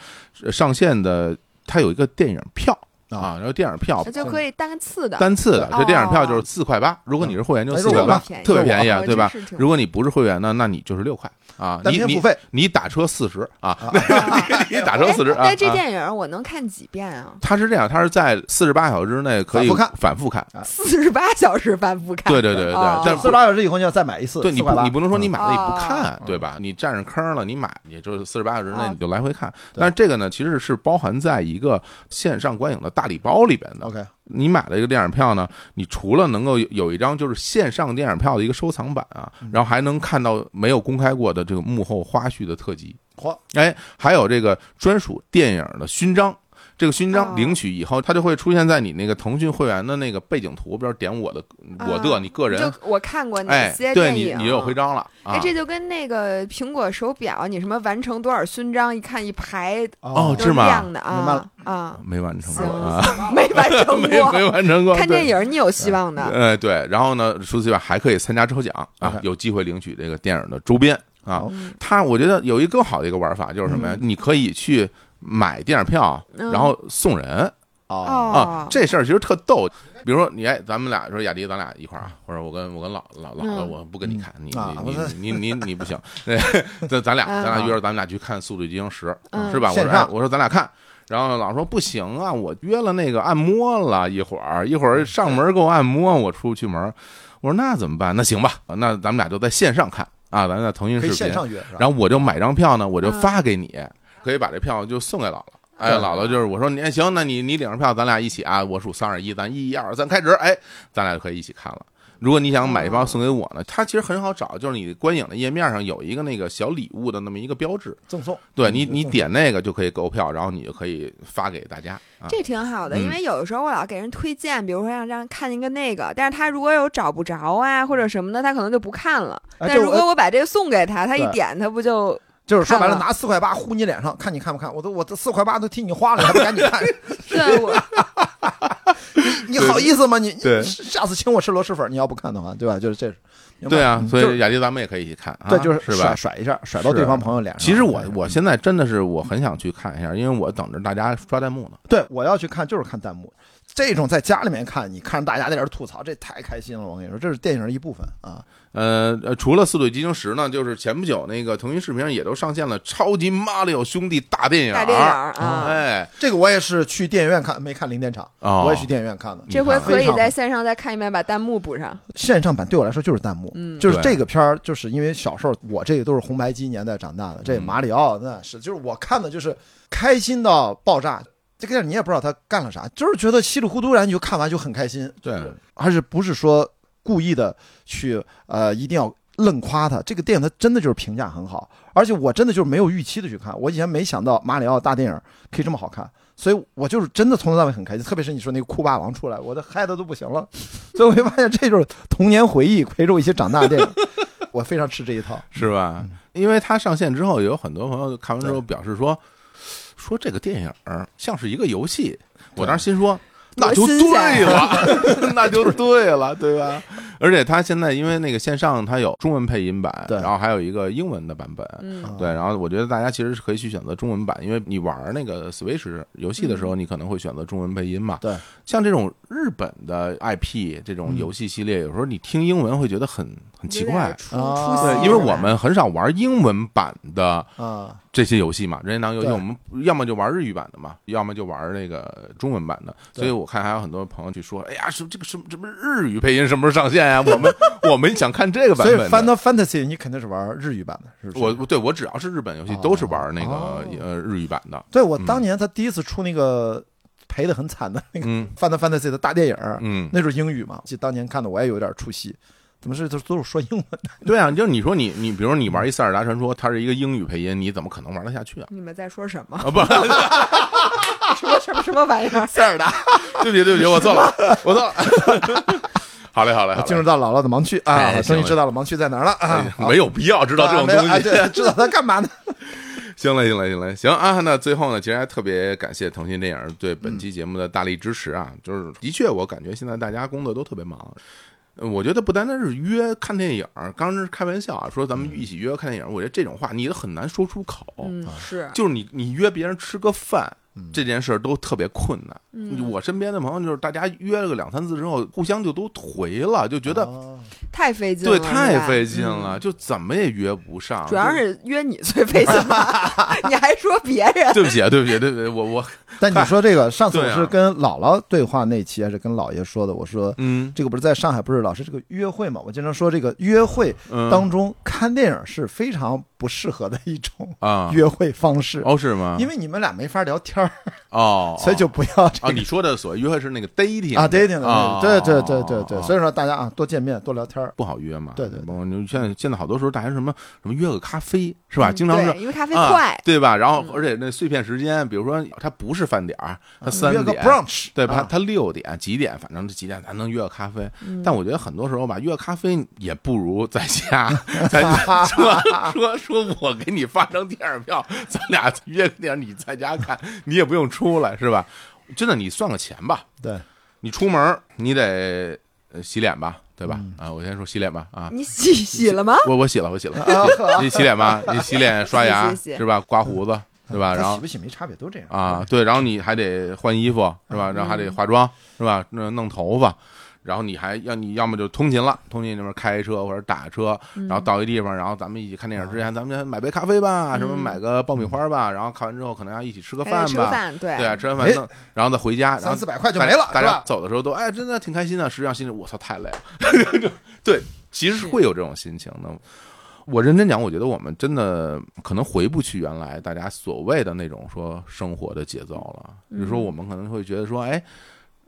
Speaker 2: 上线的它有一个电影票啊，然后电影票
Speaker 1: 那就可以单次的，哦哎
Speaker 2: 单次的，
Speaker 1: 对
Speaker 2: 这电影票就是四块八，如果你是会员就四块八
Speaker 3: 吧，
Speaker 1: 便宜，
Speaker 2: 特别
Speaker 3: 便
Speaker 2: 宜啊，
Speaker 1: 我
Speaker 2: 对吧
Speaker 1: 真是挺？
Speaker 2: 如果你不是会员呢，那你就是六块啊，
Speaker 3: 单
Speaker 2: 你
Speaker 3: 天
Speaker 2: 你
Speaker 3: 付费
Speaker 2: 你打车四十啊，
Speaker 1: 啊
Speaker 2: 你打车
Speaker 1: 哎
Speaker 2: 四十啊。
Speaker 1: 那这
Speaker 2: 啊
Speaker 1: 电影我能看几遍啊？
Speaker 2: 它是这样，它是在四十八小时之内可以
Speaker 3: 反复看
Speaker 2: 反复看。
Speaker 1: 四十八小时反复看。
Speaker 2: 对对对对
Speaker 1: 哦
Speaker 2: 但
Speaker 3: 四十八小时以后你要再买一次，
Speaker 2: 对你不
Speaker 3: 480
Speaker 2: 你不能说你买了你不
Speaker 1: 嗯
Speaker 2: 看
Speaker 3: 哦，
Speaker 2: 对吧？你占着坑了，你买也就是四十八小时内
Speaker 1: 哦
Speaker 2: 你就来回看。
Speaker 3: 对
Speaker 2: 但是这个呢，其实是包含在一个线上观影的大礼包里边的。
Speaker 3: 嗯 OK
Speaker 2: 你买了一个电影票呢，你除了能够有有一张就是线上电影票的一个收藏版啊，
Speaker 1: 嗯
Speaker 2: 然后还能看到没有公开过的这个幕后花絮的特辑。
Speaker 3: 嚯，
Speaker 2: 哎，还有这个专属电影的勋章。这个勋章
Speaker 1: 哦
Speaker 2: 领取以后，它就会出现在你那个腾讯会员的那个背景图，比如点我的、我的
Speaker 1: 啊
Speaker 2: 你个人
Speaker 1: 就，我看过哪
Speaker 2: 哎
Speaker 1: 些，
Speaker 2: 对
Speaker 1: 电
Speaker 2: 你
Speaker 1: 影？
Speaker 2: 你就有徽章了啊
Speaker 1: 哎，。这就跟那个苹果手表，你什么完成多少勋章，一看一排
Speaker 2: 哦
Speaker 1: 都
Speaker 2: 是
Speaker 1: 是
Speaker 2: 吗
Speaker 1: 亮的
Speaker 3: 明白
Speaker 1: 啊
Speaker 3: 了
Speaker 1: 啊，
Speaker 2: 没完成过
Speaker 1: 行
Speaker 2: 啊，
Speaker 1: 没完 成
Speaker 2: 没没
Speaker 1: 过。
Speaker 2: 完成过。
Speaker 1: 看
Speaker 2: 对
Speaker 1: 电影你有希望的，
Speaker 2: 呃，对，然后呢，除此之外还可以参加抽奖啊
Speaker 3: OK，
Speaker 2: 有机会领取这个电影的周边啊
Speaker 3: 好。
Speaker 1: 嗯
Speaker 2: 它我觉得有一个更好的一个玩法就是什么呀？你可以去买电影票，
Speaker 1: 嗯
Speaker 2: 然后送人
Speaker 3: 哦，
Speaker 2: 啊
Speaker 1: 哦。，
Speaker 2: 这事儿其实特逗。比如说你哎，咱们俩说雅迪，咱俩一块儿啊，或者我跟我跟老老老
Speaker 1: 嗯
Speaker 2: 老，我不跟你看，你
Speaker 3: 啊
Speaker 2: 你
Speaker 3: 不是
Speaker 2: 你你你你不 行，对，咱咱俩
Speaker 1: 嗯
Speaker 2: 咱俩约着，咱们俩去看《速度与激情十》，
Speaker 1: 嗯
Speaker 2: 是吧？我说
Speaker 3: 线
Speaker 2: 哎
Speaker 3: 上
Speaker 2: 我说咱俩看。然后老师说不行啊，我约了那个按摩了一会儿，一会儿上门给我按摩，我出不去门。我说那怎么办？那行吧，那咱们俩就在线上看啊，咱们在腾讯
Speaker 3: 可以
Speaker 2: 视频
Speaker 3: 线，上约是吧？
Speaker 2: 然后我就买张票呢，我就
Speaker 1: 嗯
Speaker 2: 发给你，可以把这票就送给姥姥。哎，
Speaker 3: 对
Speaker 2: 姥姥就是我说你哎行，那你你领着票，咱俩一起啊，我数三二一，咱一二三开始，哎，咱俩就可以一起看了。如果你想买一包送给我呢，它其实很好找，就是你观影的页面上有一个那个小礼物的那么一个标志，
Speaker 3: 赠送，
Speaker 2: 对你
Speaker 3: 嗯
Speaker 2: 你
Speaker 3: 赠送
Speaker 2: 点那个就可以购票，然后你就可以发给大家。啊、
Speaker 1: 这挺好的，
Speaker 2: 嗯
Speaker 1: 因为有的时候我老给人推荐，比如说让让看一个那个，但是他如果有找不着啊或者什么的，他可能就不看了。
Speaker 3: 哎
Speaker 1: 但
Speaker 3: 这
Speaker 1: 如
Speaker 3: 我
Speaker 1: 果我把这个送给他，他一
Speaker 3: 对
Speaker 1: 点他不 就
Speaker 3: 就是说白了
Speaker 1: 看了
Speaker 3: 拿四块八呼你脸上，看你看不看？我都我这四块八都替你花了，你还不赶 紧看？
Speaker 1: 对我
Speaker 3: 你好意思吗？你
Speaker 2: 对
Speaker 3: 你下次请我吃螺蛳粉，你要不看的话，对吧？就是这是，明白
Speaker 2: 对啊，
Speaker 3: 嗯
Speaker 2: 所
Speaker 3: 就
Speaker 2: 以
Speaker 3: 是
Speaker 2: 雅迪咱们也可以一起看啊，
Speaker 3: 对，就是嗯
Speaker 2: 是吧
Speaker 3: 甩？甩一下，甩到
Speaker 2: 是啊
Speaker 3: 对方朋友脸上。
Speaker 2: 其实我
Speaker 3: 对
Speaker 2: 我现在真的是我很想去看一下，因为我等着大家刷弹幕呢。
Speaker 3: 对，我要去看就是看弹幕。这种在家里面看，你看着大家在这儿吐槽，这太开心了。我跟你说，这是电影的一部分啊。
Speaker 2: 呃呃，除了《四对金星十》呢，就是前不久那个腾讯视频上也都上线了《超级马里奥兄弟》大电影儿，
Speaker 1: 大电影儿啊
Speaker 2: 哎，
Speaker 3: 这个我也是去电影院看，没看零点场，
Speaker 2: 哦
Speaker 3: 我也去电影院看的。
Speaker 1: 这回可
Speaker 3: 非
Speaker 1: 以
Speaker 3: 常
Speaker 1: 在线上再看一遍，把弹幕补上。
Speaker 3: 线上版对我来说就是弹幕，就是
Speaker 2: 对
Speaker 3: 这个片儿，就是因为小时候我这个都是红白机年代长大的，
Speaker 2: 嗯
Speaker 3: 这马里奥那是就是我看的就是开心到爆炸。这个电影你也不知道他干了啥，就是觉得稀里糊涂，然后你就看完就很开心。
Speaker 2: 对，
Speaker 3: 而是不是说故意的去呃一定要愣夸他？这个电影它真的就是评价很好，而且我真的就是没有预期的去看，我以前没想到马里奥大电影可以这么好看，所以我就是真的从头到尾很开心。特别是你说那个酷霸王出来，我都嗨的都不 行了，所以我就发现这就是童年回忆陪着我一起长大的电影， 我非常吃这一套。
Speaker 2: 是吧？因为它上线之后，也有很多朋友看完之后表示说，说这个电影儿像是一个游戏。我当时心说。那
Speaker 1: 多
Speaker 2: 就
Speaker 1: 新鲜
Speaker 2: 对了， 那就对了，对吧？而且它现在因为那个线上它有中文配音版，
Speaker 3: 对
Speaker 2: 然后还有一个英文的版本，
Speaker 1: 嗯，
Speaker 3: 啊
Speaker 2: 对，然后我觉得大家其实是可以去选择中文版，因为你玩那个 Switch 游戏的时候，你可能会选择中文配音嘛。
Speaker 3: 嗯对，嗯
Speaker 2: 像这种日本的 IP 这种游戏系列，有时候你听英文会觉得很很奇
Speaker 1: 有
Speaker 2: 怪
Speaker 1: 点，出
Speaker 3: 啊
Speaker 1: 出戏
Speaker 3: 对
Speaker 1: 了
Speaker 2: 对，因为我们很少玩英文版的
Speaker 3: 啊，
Speaker 2: 这些游戏嘛，任天堂游戏
Speaker 3: 对
Speaker 2: 我们要么就玩日语版的嘛，要么就玩那个中文版的。
Speaker 3: 对
Speaker 2: 所以我看还有很多朋友去说，哎呀，什么这个什么什么日语配音什么时候上线呀、我们我们想看这个版
Speaker 3: 所以
Speaker 2: 本
Speaker 3: 《
Speaker 2: 的。
Speaker 3: Final Fantasy》你肯定是玩日语版的，是不是？
Speaker 2: 我对我只要是日本游戏
Speaker 3: 哦
Speaker 2: 都是玩那个、
Speaker 3: 哦
Speaker 2: 呃日语版的，
Speaker 3: 对我当年他第一次出那个赔的很惨的那个《
Speaker 2: 嗯
Speaker 3: Final Fantasy》的大电影，
Speaker 2: 嗯，
Speaker 3: 那就是英语嘛，记得当年看的我也有点出戏，怎么是都都是说英文的？
Speaker 2: 对啊，就是你说你你比如你玩一塞尔达传说，它是一个英语配音，你怎么可能玩得下去啊？
Speaker 1: 你们在说什么？
Speaker 2: 啊不，
Speaker 1: 什么什么什么玩意 儿？
Speaker 2: 塞尔达，对不起对不起，我错了，我错了。 好嘞好嘞，好嘞
Speaker 3: 进入到姥姥的盲区
Speaker 2: 哎
Speaker 3: 啊，
Speaker 2: 行
Speaker 3: 终于知道了盲区在哪儿了啊
Speaker 2: 哎，没啊有必要知
Speaker 3: 知
Speaker 2: 道这种东西。
Speaker 3: 对，知道它干嘛呢？
Speaker 2: 行了，行了，行了，行啊！那最后呢，其实还特别感谢腾讯电影对本期节目的大力支持啊！就是的确，我感觉现在大家工作都特别忙。呃我觉得不单单是约看电影，刚是开玩笑啊，说咱们一起约看电影，我觉得这种话你都很难说出口。
Speaker 1: 嗯，是
Speaker 2: 就是你你约别人吃个饭。这件事儿都特别困难，
Speaker 1: 嗯
Speaker 2: 我身边的朋友就是大家约了个两三次之后，互相就都回了， 就觉得、
Speaker 1: 哦
Speaker 3: 啊
Speaker 1: 太费劲了，
Speaker 2: 对太
Speaker 1: 是吧
Speaker 2: 费劲了，就怎么也约不上。
Speaker 1: 嗯主要
Speaker 2: 就是
Speaker 1: 约你最费劲吧， 你还说别人，
Speaker 2: 对不起啊，对不起，对不起，我我
Speaker 3: 但你说这个，上次我
Speaker 2: 对啊
Speaker 3: 是跟姥姥对话那期，还是跟姥爷说的？我说
Speaker 2: 嗯
Speaker 3: 这个不是在上海，不是老是这个约会嘛？我经常说这个约会
Speaker 2: 嗯
Speaker 3: 当中看电影是非常不适合的一种
Speaker 2: 啊
Speaker 3: 约会方式，
Speaker 2: 哦，是吗？
Speaker 3: 因为你们俩没法聊天儿，
Speaker 2: 哦，
Speaker 3: 所以就不要
Speaker 2: 啊，
Speaker 3: 这个
Speaker 2: 你说的所谓约会是那个 dating
Speaker 3: 啊 dating
Speaker 2: 啊
Speaker 3: 的，对对对对对，所
Speaker 2: 以
Speaker 3: 以说大家啊多见面多聊天儿。
Speaker 2: 不好约嘛。
Speaker 3: 对对对
Speaker 2: 包括你现在现在好多时候大家什么什么约个咖啡是
Speaker 3: 嗯
Speaker 2: 吧？经常
Speaker 1: 对
Speaker 2: 是。
Speaker 1: 因为咖啡
Speaker 2: 啊
Speaker 1: 快，，
Speaker 2: 对吧？然后而且那碎片时间，比如说它不是饭点儿，它三
Speaker 3: 嗯约
Speaker 2: 点
Speaker 3: 个 brunch，啊
Speaker 2: 对吧？
Speaker 3: 吧？
Speaker 2: 它六点几点，反正几点咱能约个咖啡。但我觉得很多时候吧，约个咖啡也不如在家，咱说说说我给你发张电影票，咱俩约个电影，你在家看，你也不用出来，是吧？真的，你算个钱吧，
Speaker 3: 对，啊
Speaker 2: 你出门儿你得呃洗脸吧，对吧？啊，我先说洗脸吧，啊，
Speaker 1: 你洗洗了吗？
Speaker 2: 我我洗了，我洗 了，
Speaker 3: 啊
Speaker 2: 你洗脸吧，你洗脸、刷牙
Speaker 1: 洗洗洗
Speaker 2: 是吧？刮胡子是吧？
Speaker 3: 他
Speaker 2: 然后
Speaker 3: 洗不洗没差别，都这样。
Speaker 2: 啊，对，然后你还得换衣服是
Speaker 1: 嗯
Speaker 2: 吧？然后还得化妆是吧？那弄头发，然后你还要你要么就通勤了，通勤那边开车或者打车，
Speaker 1: 嗯
Speaker 2: 然后到一地方，然后咱们一起看电影之前，咱们先买杯咖啡吧，什么买个爆米花吧，然后看完之后可能要一起吃个
Speaker 1: 嗯还得
Speaker 2: 饭
Speaker 1: 哎吃个
Speaker 2: 吧。
Speaker 1: 饭，对
Speaker 2: 对啊，吃完饭
Speaker 3: 哎
Speaker 2: 弄，然后再回家，然后
Speaker 3: 三四百块哎就没了，
Speaker 2: 大
Speaker 3: 是
Speaker 2: 家
Speaker 3: 吧？
Speaker 2: 走的时候都哎，真的挺开心的。实际上心里我操太累了， 对，其实会有这种心情的。我认真讲，我觉得我们真的可能回不去原来大家所谓的那种说生活的节奏了。
Speaker 3: 嗯
Speaker 2: 比如说，我们可能会觉得说，哎，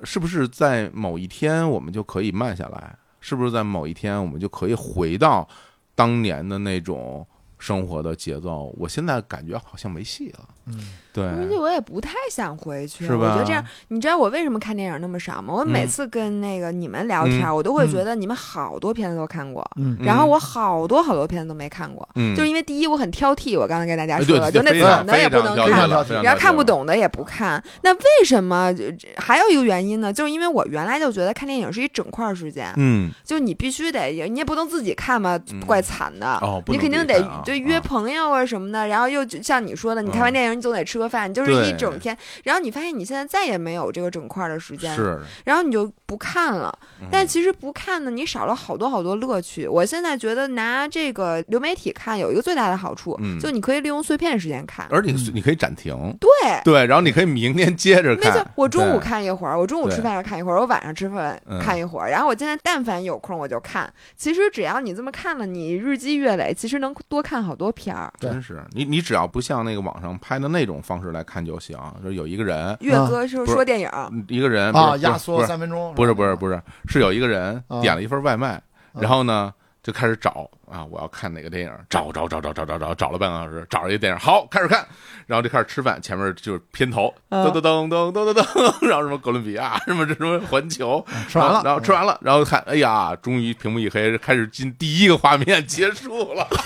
Speaker 2: 是不是在某一天我们就可以慢下来？是不是在某一天我们就可以回到当年的那种生活的节奏？我现在感觉好像没戏了。
Speaker 3: 嗯，
Speaker 2: 对，
Speaker 1: 而且我也不太想回去，
Speaker 2: 是吧
Speaker 1: 我觉得这样，你知道我为什么看电影那么少吗？我每
Speaker 2: 嗯
Speaker 1: 次跟那个你们聊天，
Speaker 2: 嗯
Speaker 1: 我都会觉得你们好多片子都看过，
Speaker 3: 嗯
Speaker 1: 然后我好多好多片子都没看过，
Speaker 2: 嗯，
Speaker 1: 就是因为第一我很挑剔，我刚才跟大家
Speaker 2: 哎
Speaker 1: 说
Speaker 2: 对
Speaker 1: 了，就那
Speaker 2: 非
Speaker 1: 怎么
Speaker 2: 常
Speaker 1: 的也
Speaker 2: 非
Speaker 1: 不能
Speaker 2: 常了解
Speaker 1: 看
Speaker 2: 了，非常
Speaker 1: 然后
Speaker 2: 了
Speaker 1: 看
Speaker 2: 解
Speaker 1: 不
Speaker 2: 了。
Speaker 1: 懂的也不看，那为什么？这这还有一个原因呢，就是因为我原来就觉得看电影是一整块儿时间，
Speaker 2: 嗯，
Speaker 1: 就你必须得，你也不能自己看嘛
Speaker 2: 嗯，
Speaker 1: 怪惨的。
Speaker 2: 哦不
Speaker 1: 你
Speaker 2: 能
Speaker 1: 肯定
Speaker 2: 自己
Speaker 1: 得
Speaker 2: 看啊嗯
Speaker 1: 对，约朋友啊什么的，然后又就像你说的，你看完电影你总得吃个饭，就是
Speaker 2: 对
Speaker 1: 一整天。然后你发现你现在再也没有这个整块儿的时间了，
Speaker 2: 是嗯
Speaker 1: 然后你就不看了。但其实不看呢，你少了好多好多乐趣。我现在觉得拿这个流媒体看有一个最大的好处，
Speaker 2: 嗯
Speaker 1: 就你可以利用碎片时间看。
Speaker 2: 而且你可以暂停，
Speaker 1: 对，
Speaker 2: 对，然后你可以明天接着
Speaker 1: 嗯没错
Speaker 2: 看。，
Speaker 1: 我中午
Speaker 2: 对，
Speaker 1: 看一会儿，我中午吃饭时候看一会儿，我晚上吃饭
Speaker 2: 嗯
Speaker 1: 看一会儿，然后我现在但凡有空我就看。其实只要你这么看了，你日积月累，其实能多看好多片儿。
Speaker 3: 对
Speaker 2: 真是你你只要不像那个网上拍的那种方式来看就行，就是有一个人
Speaker 1: 岳
Speaker 3: 啊
Speaker 1: 哥是
Speaker 2: 不是
Speaker 1: 说电影，
Speaker 2: 一个人不
Speaker 3: 啊，
Speaker 2: 是
Speaker 3: 压
Speaker 2: 不是
Speaker 3: 缩
Speaker 2: 不是
Speaker 3: 三分钟，
Speaker 2: 不是不
Speaker 3: 吧
Speaker 2: 是不是，是有一个人
Speaker 3: 啊
Speaker 2: 点了一份外卖，然后呢就开始找啊，我要看哪个电影，找找找找找找找，找了半个小时，找着一个电影，好开始看，然后就开始吃饭，前面就是片头，
Speaker 1: 啊
Speaker 2: 噔噔噔噔噔噔噔， 然后什么哥伦比亚，什么这什么环球，
Speaker 3: 吃完了
Speaker 2: 然后然后吃完了，然后看，哎呀，终于屏幕一黑，开始进第一个画面结束了。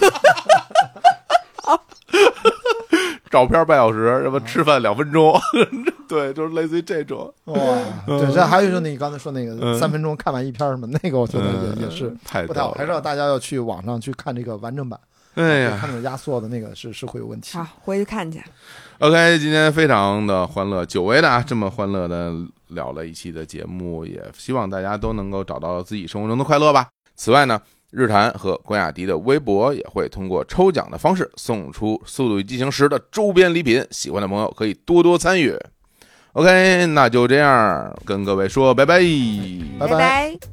Speaker 2: 照片半小时，什么吃饭两分钟， 对，就是类似于这种，
Speaker 3: 哇， 对，这还有就是你刚才说那个
Speaker 2: 嗯
Speaker 3: 三分钟看完一篇儿什么，那个我觉得也也是
Speaker 2: 太
Speaker 3: 不太好，
Speaker 2: 逗了
Speaker 3: 还是要大家要去网上去看这个完整版，
Speaker 2: 哎
Speaker 3: 对
Speaker 2: 呀，
Speaker 3: 看那种压缩的那个是是会有问题
Speaker 1: 好。，回去看去。
Speaker 2: OK，今天非常的欢乐，久违的啊，这么欢乐的聊了一期的节目，也希望大家都能够找到自己生活中的快乐吧。此外呢，日坛和关雅迪的微博也会通过抽奖的方式送出《速度与激情十》的周边礼品，喜欢的朋友可以多多参与。OK，那就这样跟各位说拜拜
Speaker 3: 拜
Speaker 1: 拜。